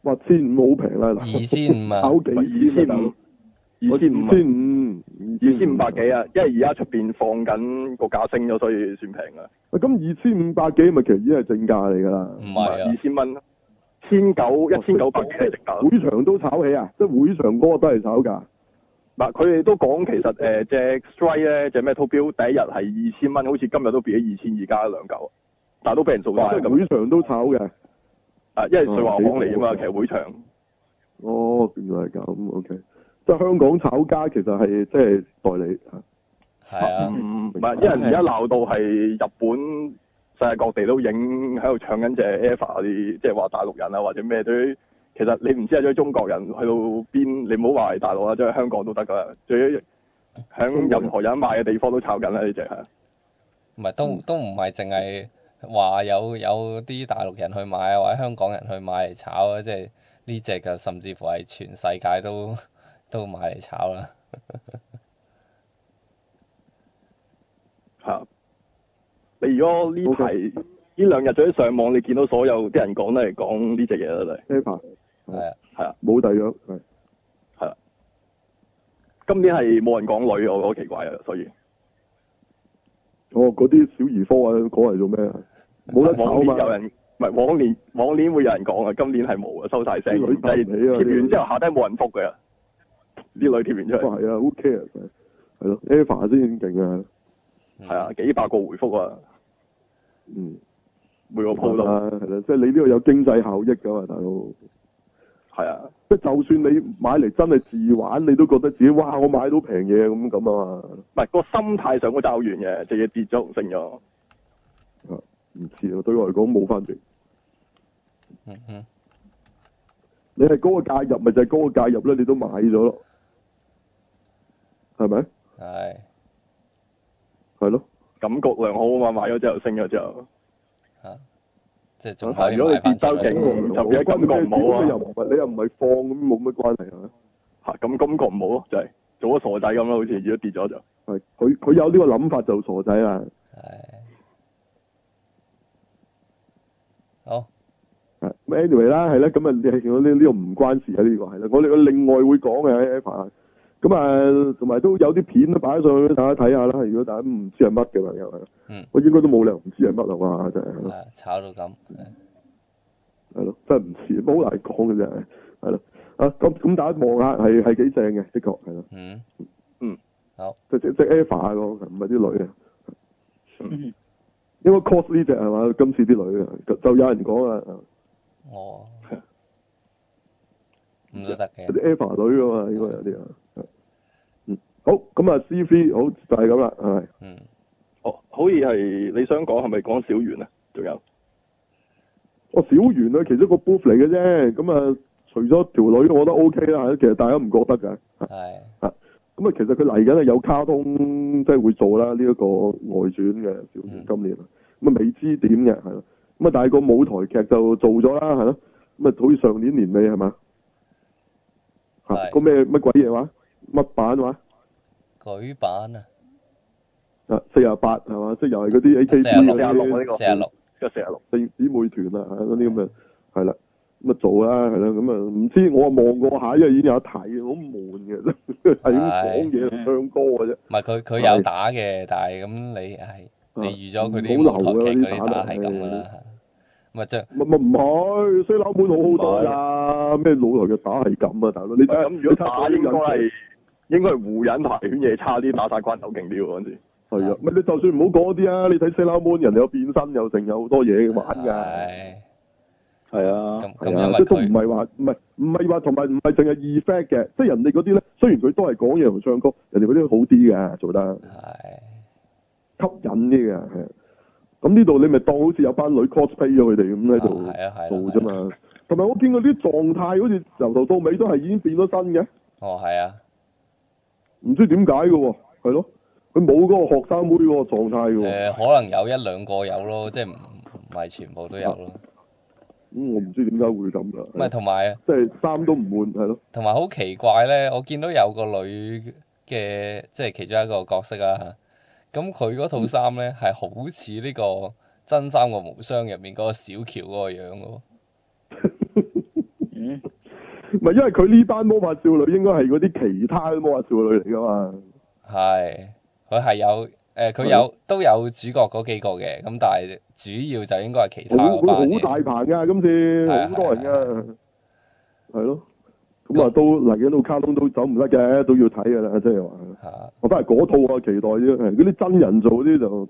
哇，千五好平啦，嗱
二千五啊
炒幾
二
千
千
啊
五，，二千
千
五啊，
五，
二千五百幾啊，因為而家出邊放緊個價升咗，所以算平啊。
喂？咁二千五百幾咪其實已經係正價嚟㗎啦
唔。係
二
啊，
千蚊，千九一千九百幾係值得。
會場都炒起啊！即係會場嗰個都係炒價。
嗱，佢哋都講其實呃誒只 Strike 咧，只 Metal Bill 第一日係二千蚊，好似今日都變咗二千二加兩嚿，但係都俾人做晒
即係
咁
會場都炒嘅。
啊！因為瑞華行嚟啊嘛，
嗯
其實會場
哦，原來係咁，OK。即係香港炒家其實係即係代理嚇，
係啊，
嗯唔係，因為而家鬧到係日本世界各地都影喺度唱緊只 a v a 啲，即係話大陸人啊或者咩都，其實你唔知係啊咗中國人去到邊，你唔好話係大陸啊，即係香港都得㗎，最緊要響任何有得賣嘅地方都炒緊啦呢只係。
唔係都都唔係淨係話有有啲大陸人去買啊，或者香港人去買嚟炒啊，即係呢只就甚至乎係全世界都都買嚟炒啦。
嚇！你如果呢排
OK
呢兩日最上網，你見到所有啲人講都係講呢只嘢啦，嚟
a p a
係啊，
係啊，
冇第二樣係
係啊。今年係冇人講女，我我好奇怪啊，所以
哦嗰啲小兒科啊，講嚟做咩啊？冇得炒
往
嘛
年，有人唔係往年往年會有人講啊，今年係冇啊，收晒聲。
啲女
但係
答唔起啊
貼完
啲
之後下低冇人覆嘅，啲女貼完出
都
嚟
係啊，OK 啊，係咯 a p a 先勁啊，
嗯
係啊，幾百個回覆啊，
嗯，
每
好
個鋪都
啦，係啦，即係你呢度有經濟效益㗎嘛，大佬。
係啊，
即係就算你買嚟真係自玩，你都覺得自己哇，我買到平嘢咁咁啊嘛。
唔係個心態上都爭好遠嘅，隻嘢跌咗同升咗。
唔似啊，對我嚟講冇翻轉。
嗯嗯，
你係嗰個介入，咪就係嗰個介入咧，你都買咗咯，係咪？
係
係咯，
感覺良好啊嘛，買咗之後升咗之後，
啊，即係仲可以
如果你
買翻出
跌周
嚟
期。嗯就變咗感覺唔好啊
又唔係你又唔係放咁，冇乜關係係啊咪？
嚇咁感覺唔好咯，就係、做咗傻仔咁咯，好似如果跌咗就。
係佢佢有呢個諗法就傻仔啦，
係。好，
係咁 anyway 啦，係啦，咁啊，你係見到呢呢個唔關事啊，呢個係啦，我哋另外會講嘅喺 Apple，咁啊，同埋都有啲片都擺上去，大家睇下啦。如果大家唔知係乜嘅朋友，係啦
嗯
我應該都冇理由唔知係乜啊嘛，真係係咯。
啊，炒到咁，係
係咯，真係唔似，好難講嘅啫，係咯。啊，咁咁大家望下係係幾正嘅，的確係咯，
嗯，
即即即 Eva 嗰個唔係啲女啊，
嗯
應該 cos 呢只係嘛？今次啲女啊，就就有人講啊，
我咁都得
有啲
嘅，
Eva 女啊嘛，應該有啲啊。嗯，好，咁啊，C V 好就係咁啦，係
嗯，
哦，好似係你想講係咪講小圓啊？仲有
我小圓啊，其中一個 booth 嚟嘅啫，咁啊，除咗條女，我覺得 O K 啦，其實大家唔覺得㗎。
係，
咁啊，其實佢嚟緊係有卡通，即係會做啦呢一個外傳嘅小説
嗯
今年，咁啊未知點嘅係咯，咁啊但係個舞台劇就做咗啦係咯，咁啊好似上年年尾係嘛？嚇
係
個咩乜鬼嘢話乜版話
舉版啊，
啊四廿八係嘛？即係又係嗰啲 A K B 嗰
46
四廿六啊
啲
呢個
四十六，
一四廿六，
四姊妹團啊嗰啲咁啊係啦，咁啊做啦係啦，咁啊唔知我望過下，因為已經有得睇，好悶嘅，係咁講嘢同唱歌嘅啫。
唔係佢佢
係
有打嘅，但係咁你係
啊
你預咗佢
唔
啲
好
舞台
流啊
劇
呢
嗰啲
啲打
打係咁噶啦，咁啊將
咪咪唔係，衰樓盤好好多啦，咩老來嘅打係咁啊，大佬，你睇
咁如果打應該
係
係應該係湖人排圈嘢差啲，打晒關頭勁啲喎嗰陣時。
係啊，咪你就算唔好講嗰啲啊，你睇西樓盤人哋有變身又剩有好多嘢玩㗎，
係
係啊，
咁
係
咁因
啊，
為
即係都唔
佢
係話唔係唔係話同埋唔係淨係 effect 嘅，即係人哋嗰啲咧，雖然佢都係講嘢同唱歌，人哋嗰啲好啲嘅做得
係
吸引啲嘅，係啊。咁呢度你咪當好似有班女 cosplay 咗佢哋咁喺度
啊係啊係啊
做啫嘛，同埋我見佢啲狀態好似由頭到尾都係已經變咗身嘅，
哦係啊，
唔知點解嘅喎，係咯，佢冇嗰個學生妹嗰個狀態嘅喎，
誒、可能有一兩個有咯，即係唔唔係全部都有咯。
咁我唔知點解會咁啦，
唔係同埋
即係衫都唔換係咯，
同埋好奇怪咧，我見到有個女嘅，即係其中一個角色啦。咁佢嗰套衫咧係好似呢個真三個無雙入面嗰個小喬嗰個樣嘅喎。
嗯，
唔係因為佢呢班魔法少女應該係嗰啲其他魔法少女嚟㗎嘛，
係，佢係有誒，佢、有都有主角嗰幾個嘅，咁但係主要就應該係其他
好
嗰班
佢好
嘅。
大棚㗎，今次
係啊
好多人㗎，係咯，咁啊都嚟緊到卡通都走唔得嘅，都要睇㗎啦，即係話。
嚇
我都係嗰套啊，期待啫。係嗰啲真人做嗰啲就，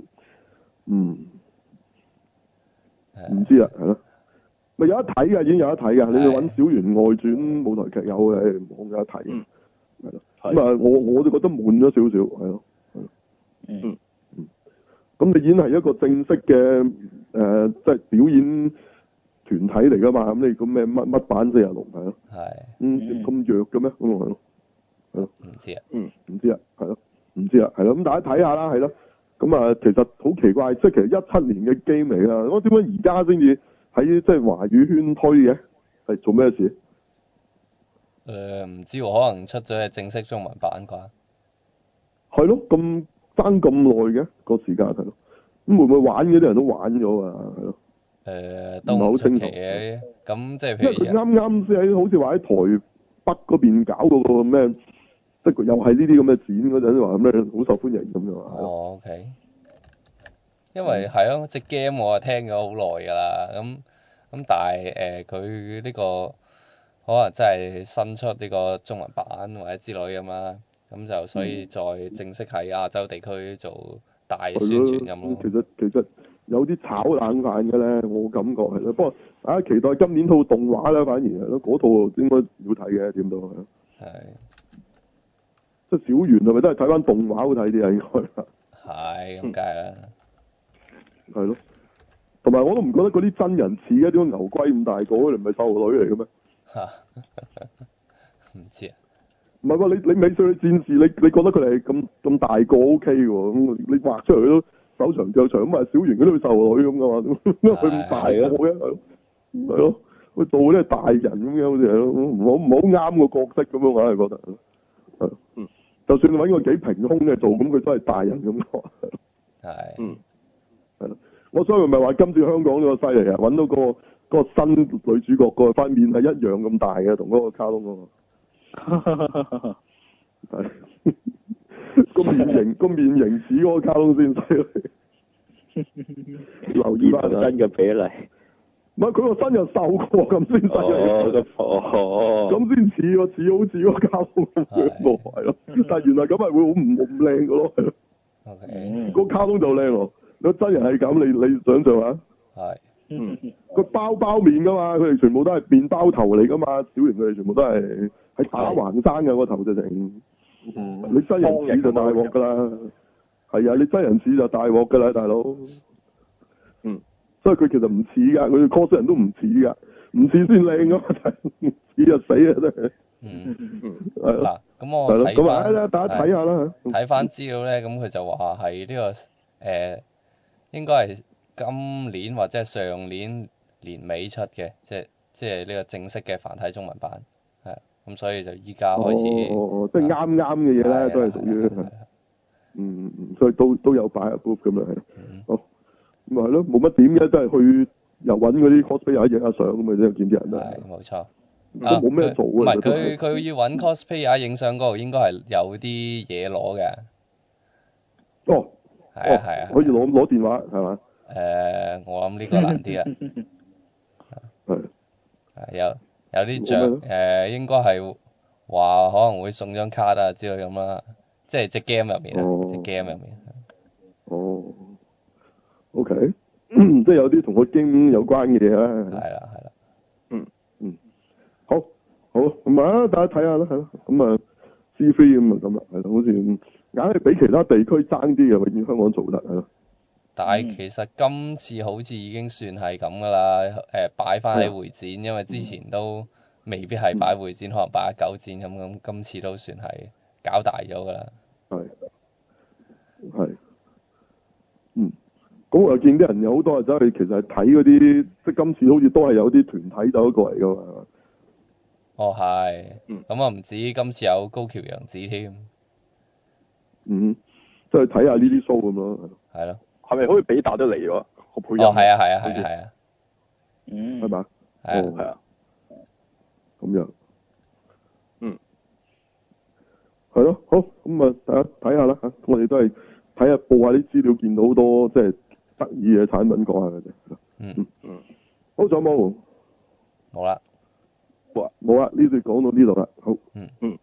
嗯，唔
係
知啊，係咯。咪有得睇噶，已經有得睇噶。你哋
係
揾《小圓外傳》舞台劇有嘅，網有得睇。
嗯
係咯。
係
咁啊，我我就覺得悶咗少少，係咯。
嗯
咁你已經係一個正式嘅誒、呃即係表演團體嚟噶嘛？咁你咁咩乜乜版四廿六係咯？
係
咁咁弱嘅咩？咁啊係咯，
唔知啊，
唔知啊，係咯，唔知啊，係咯。咁大家睇下啦，係咯。咁啊，其實好奇怪，即係其實一七年嘅 game 嚟啦。我點解而家先至喺即係華語圈推嘅？係做咩事？
誒、唔知喎，可能出咗係正式中文版啩。
係咯，咁爭咁耐嘅個時間係咯，咁會唔會玩嗰啲人都玩咗啊？係咯，
誒、都唔出奇嘅，咁即係
因為
啊譬如
佢啱啱先喺好似話喺台北嗰邊搞嗰個咩，即係又係呢啲咁嘅展嗰陣話咩好受歡迎咁樣啊係咯。
哦，OK。因為係咯，只 game 我啊聽咗好耐㗎啦，咁咁但係誒呃佢呢個可能真係新出呢個中文版或者之類咁啦，咁就所以
嗯
再正式喺亞洲地區做大
係
宣
咯
傳咁咯
其。實其實有啲炒冷飯嘅咧，我感覺係咯。不過大家期待今年套動畫啦，反而係咯，嗰套應該要睇嘅，點都係咯
係
即係小圓係咪都係睇翻動畫好睇啲啊？應該。
係咁
嗯
梗係啦，
係咯，同埋我都唔覺得嗰啲真人似嘅，點解牛龜咁大個？你唔係瘦女嚟嘅咩？
嚇 唔知啊，
唔係喎，你你美少女戰士，你你覺得佢哋係咁咁大個 O K 喎，咁你畫出嚟都手長腳長，咁啊小圓嗰啲瘦女咁嘅嘛，點解佢咁大個嘅？係咯係咯，佢做啲係大人咁樣，好似係咯，唔好唔好啱個角色咁樣，我係覺得。係
嗯
就算揾個幾平胸嘅做，咁佢都係大人咁講。
係
嗯，
我所以咪話今次香港呢個犀利啊，揾到嗰個、嗰個新女主角個塊面係一樣咁大嘅，同嗰個卡通嗰
啊
個係 個面 型個面型似嗰個卡通先犀利。 留意
呢
翻
個
啊，
真嘅比例，
唔係佢個身又瘦過咁先犀
哦，
利，
咁哦，
咁先似喎，似好似嗰個卡通咁樣喎，係咯。 但係原來咁係會好唔唔靚嘅咯，係 咯。
OK
嗯
個卡通就靚喎，個真人係咁，你你想象下。
係
嗯
佢包包面噶嘛，佢哋全部都係麵包頭嚟噶嘛，小圓佢哋全部都係係打橫生嘅個頭就成，
嗯，
你真人似就大鑊噶啦，係啊，你真人似就大鑊噶啦，大佬。
嗯，
所以佢其實唔似噶，佢哋 cos 人都唔似噶，唔似先靚噶嘛，但係唔似就死啊真係，
嗯
係咯
嗱，咁我
係咯，
睇
咁啊，
翻
哎大家睇下啦，
睇翻資料咧，咁佢就話係呢個誒、呃，應該係今年或者係上年年尾出嘅，即係即係呢個正式嘅繁體中文版，係咁所以就依家
哦
開始
哦哦，即係啱啱嘅嘢咧，都係屬於，
係啊
嗯嗯，所以都都有擺入 group 咁樣係。啊
嗯
咪係咯，冇乜點嘅，都係去又揾嗰啲 cosplay 又影下相咁嘅啫，見啲人都
係冇錯。啊
都冇咩做
佢唔
嘅。
係
其實
佢佢要揾 cosplayer 影相嗰度，應該係有啲嘢攞嘅，
都哦，
係
哦
啊係啊。
可以攞攞電話係嘛？
誒、我諗呢個難啲啊啦。
係
係有有啲
冇
獎
咩
誒，應該係話可能會送張卡啊之類咁啦，即係只 game 入面啊，
哦
只 game 入面
哦，OK，即嗯係有啲同個經有關嘅嘢啦。
係啦係啦，
好，好咁啊，大家睇下啦，係咯，咁啊 C 啊嗯 three 咁啊咁啦，係咯，好似硬係比其他地區爭啲嘅，永遠香港做得係咯。
但係其實今次好似已經算係咁噶啦，誒、擺翻喺會展，因為之前都未必係擺會展，可能擺喺九展咁咁，今次都算係搞大咗噶啦。
係係，嗯，咁我又見啲人有好多係走去，其實係睇嗰啲，即係今次好似都係有啲團體走咗過嚟噶嘛，
哦，係
嗯，
咁啊唔止今次有高橋洋子添，
嗯，即係睇下呢啲 show 咁咯，
係咯，
係咪好似比達都嚟喎？個配音
哦，係啊，係啊，
好似
係啊，係啊，
嗯，
係嘛？
係
哦
啊，
係啊，
咁樣，
嗯，
係咯，好，咁啊，大家睇下啦嚇，我哋都係睇下報下啲資料，見到好多即係得意嘅產品講下嘅啫。
嗯，
嗯，
好，仲有冇？
冇啦，
冇啊，呢度講到呢度啦，好，
嗯
嗯，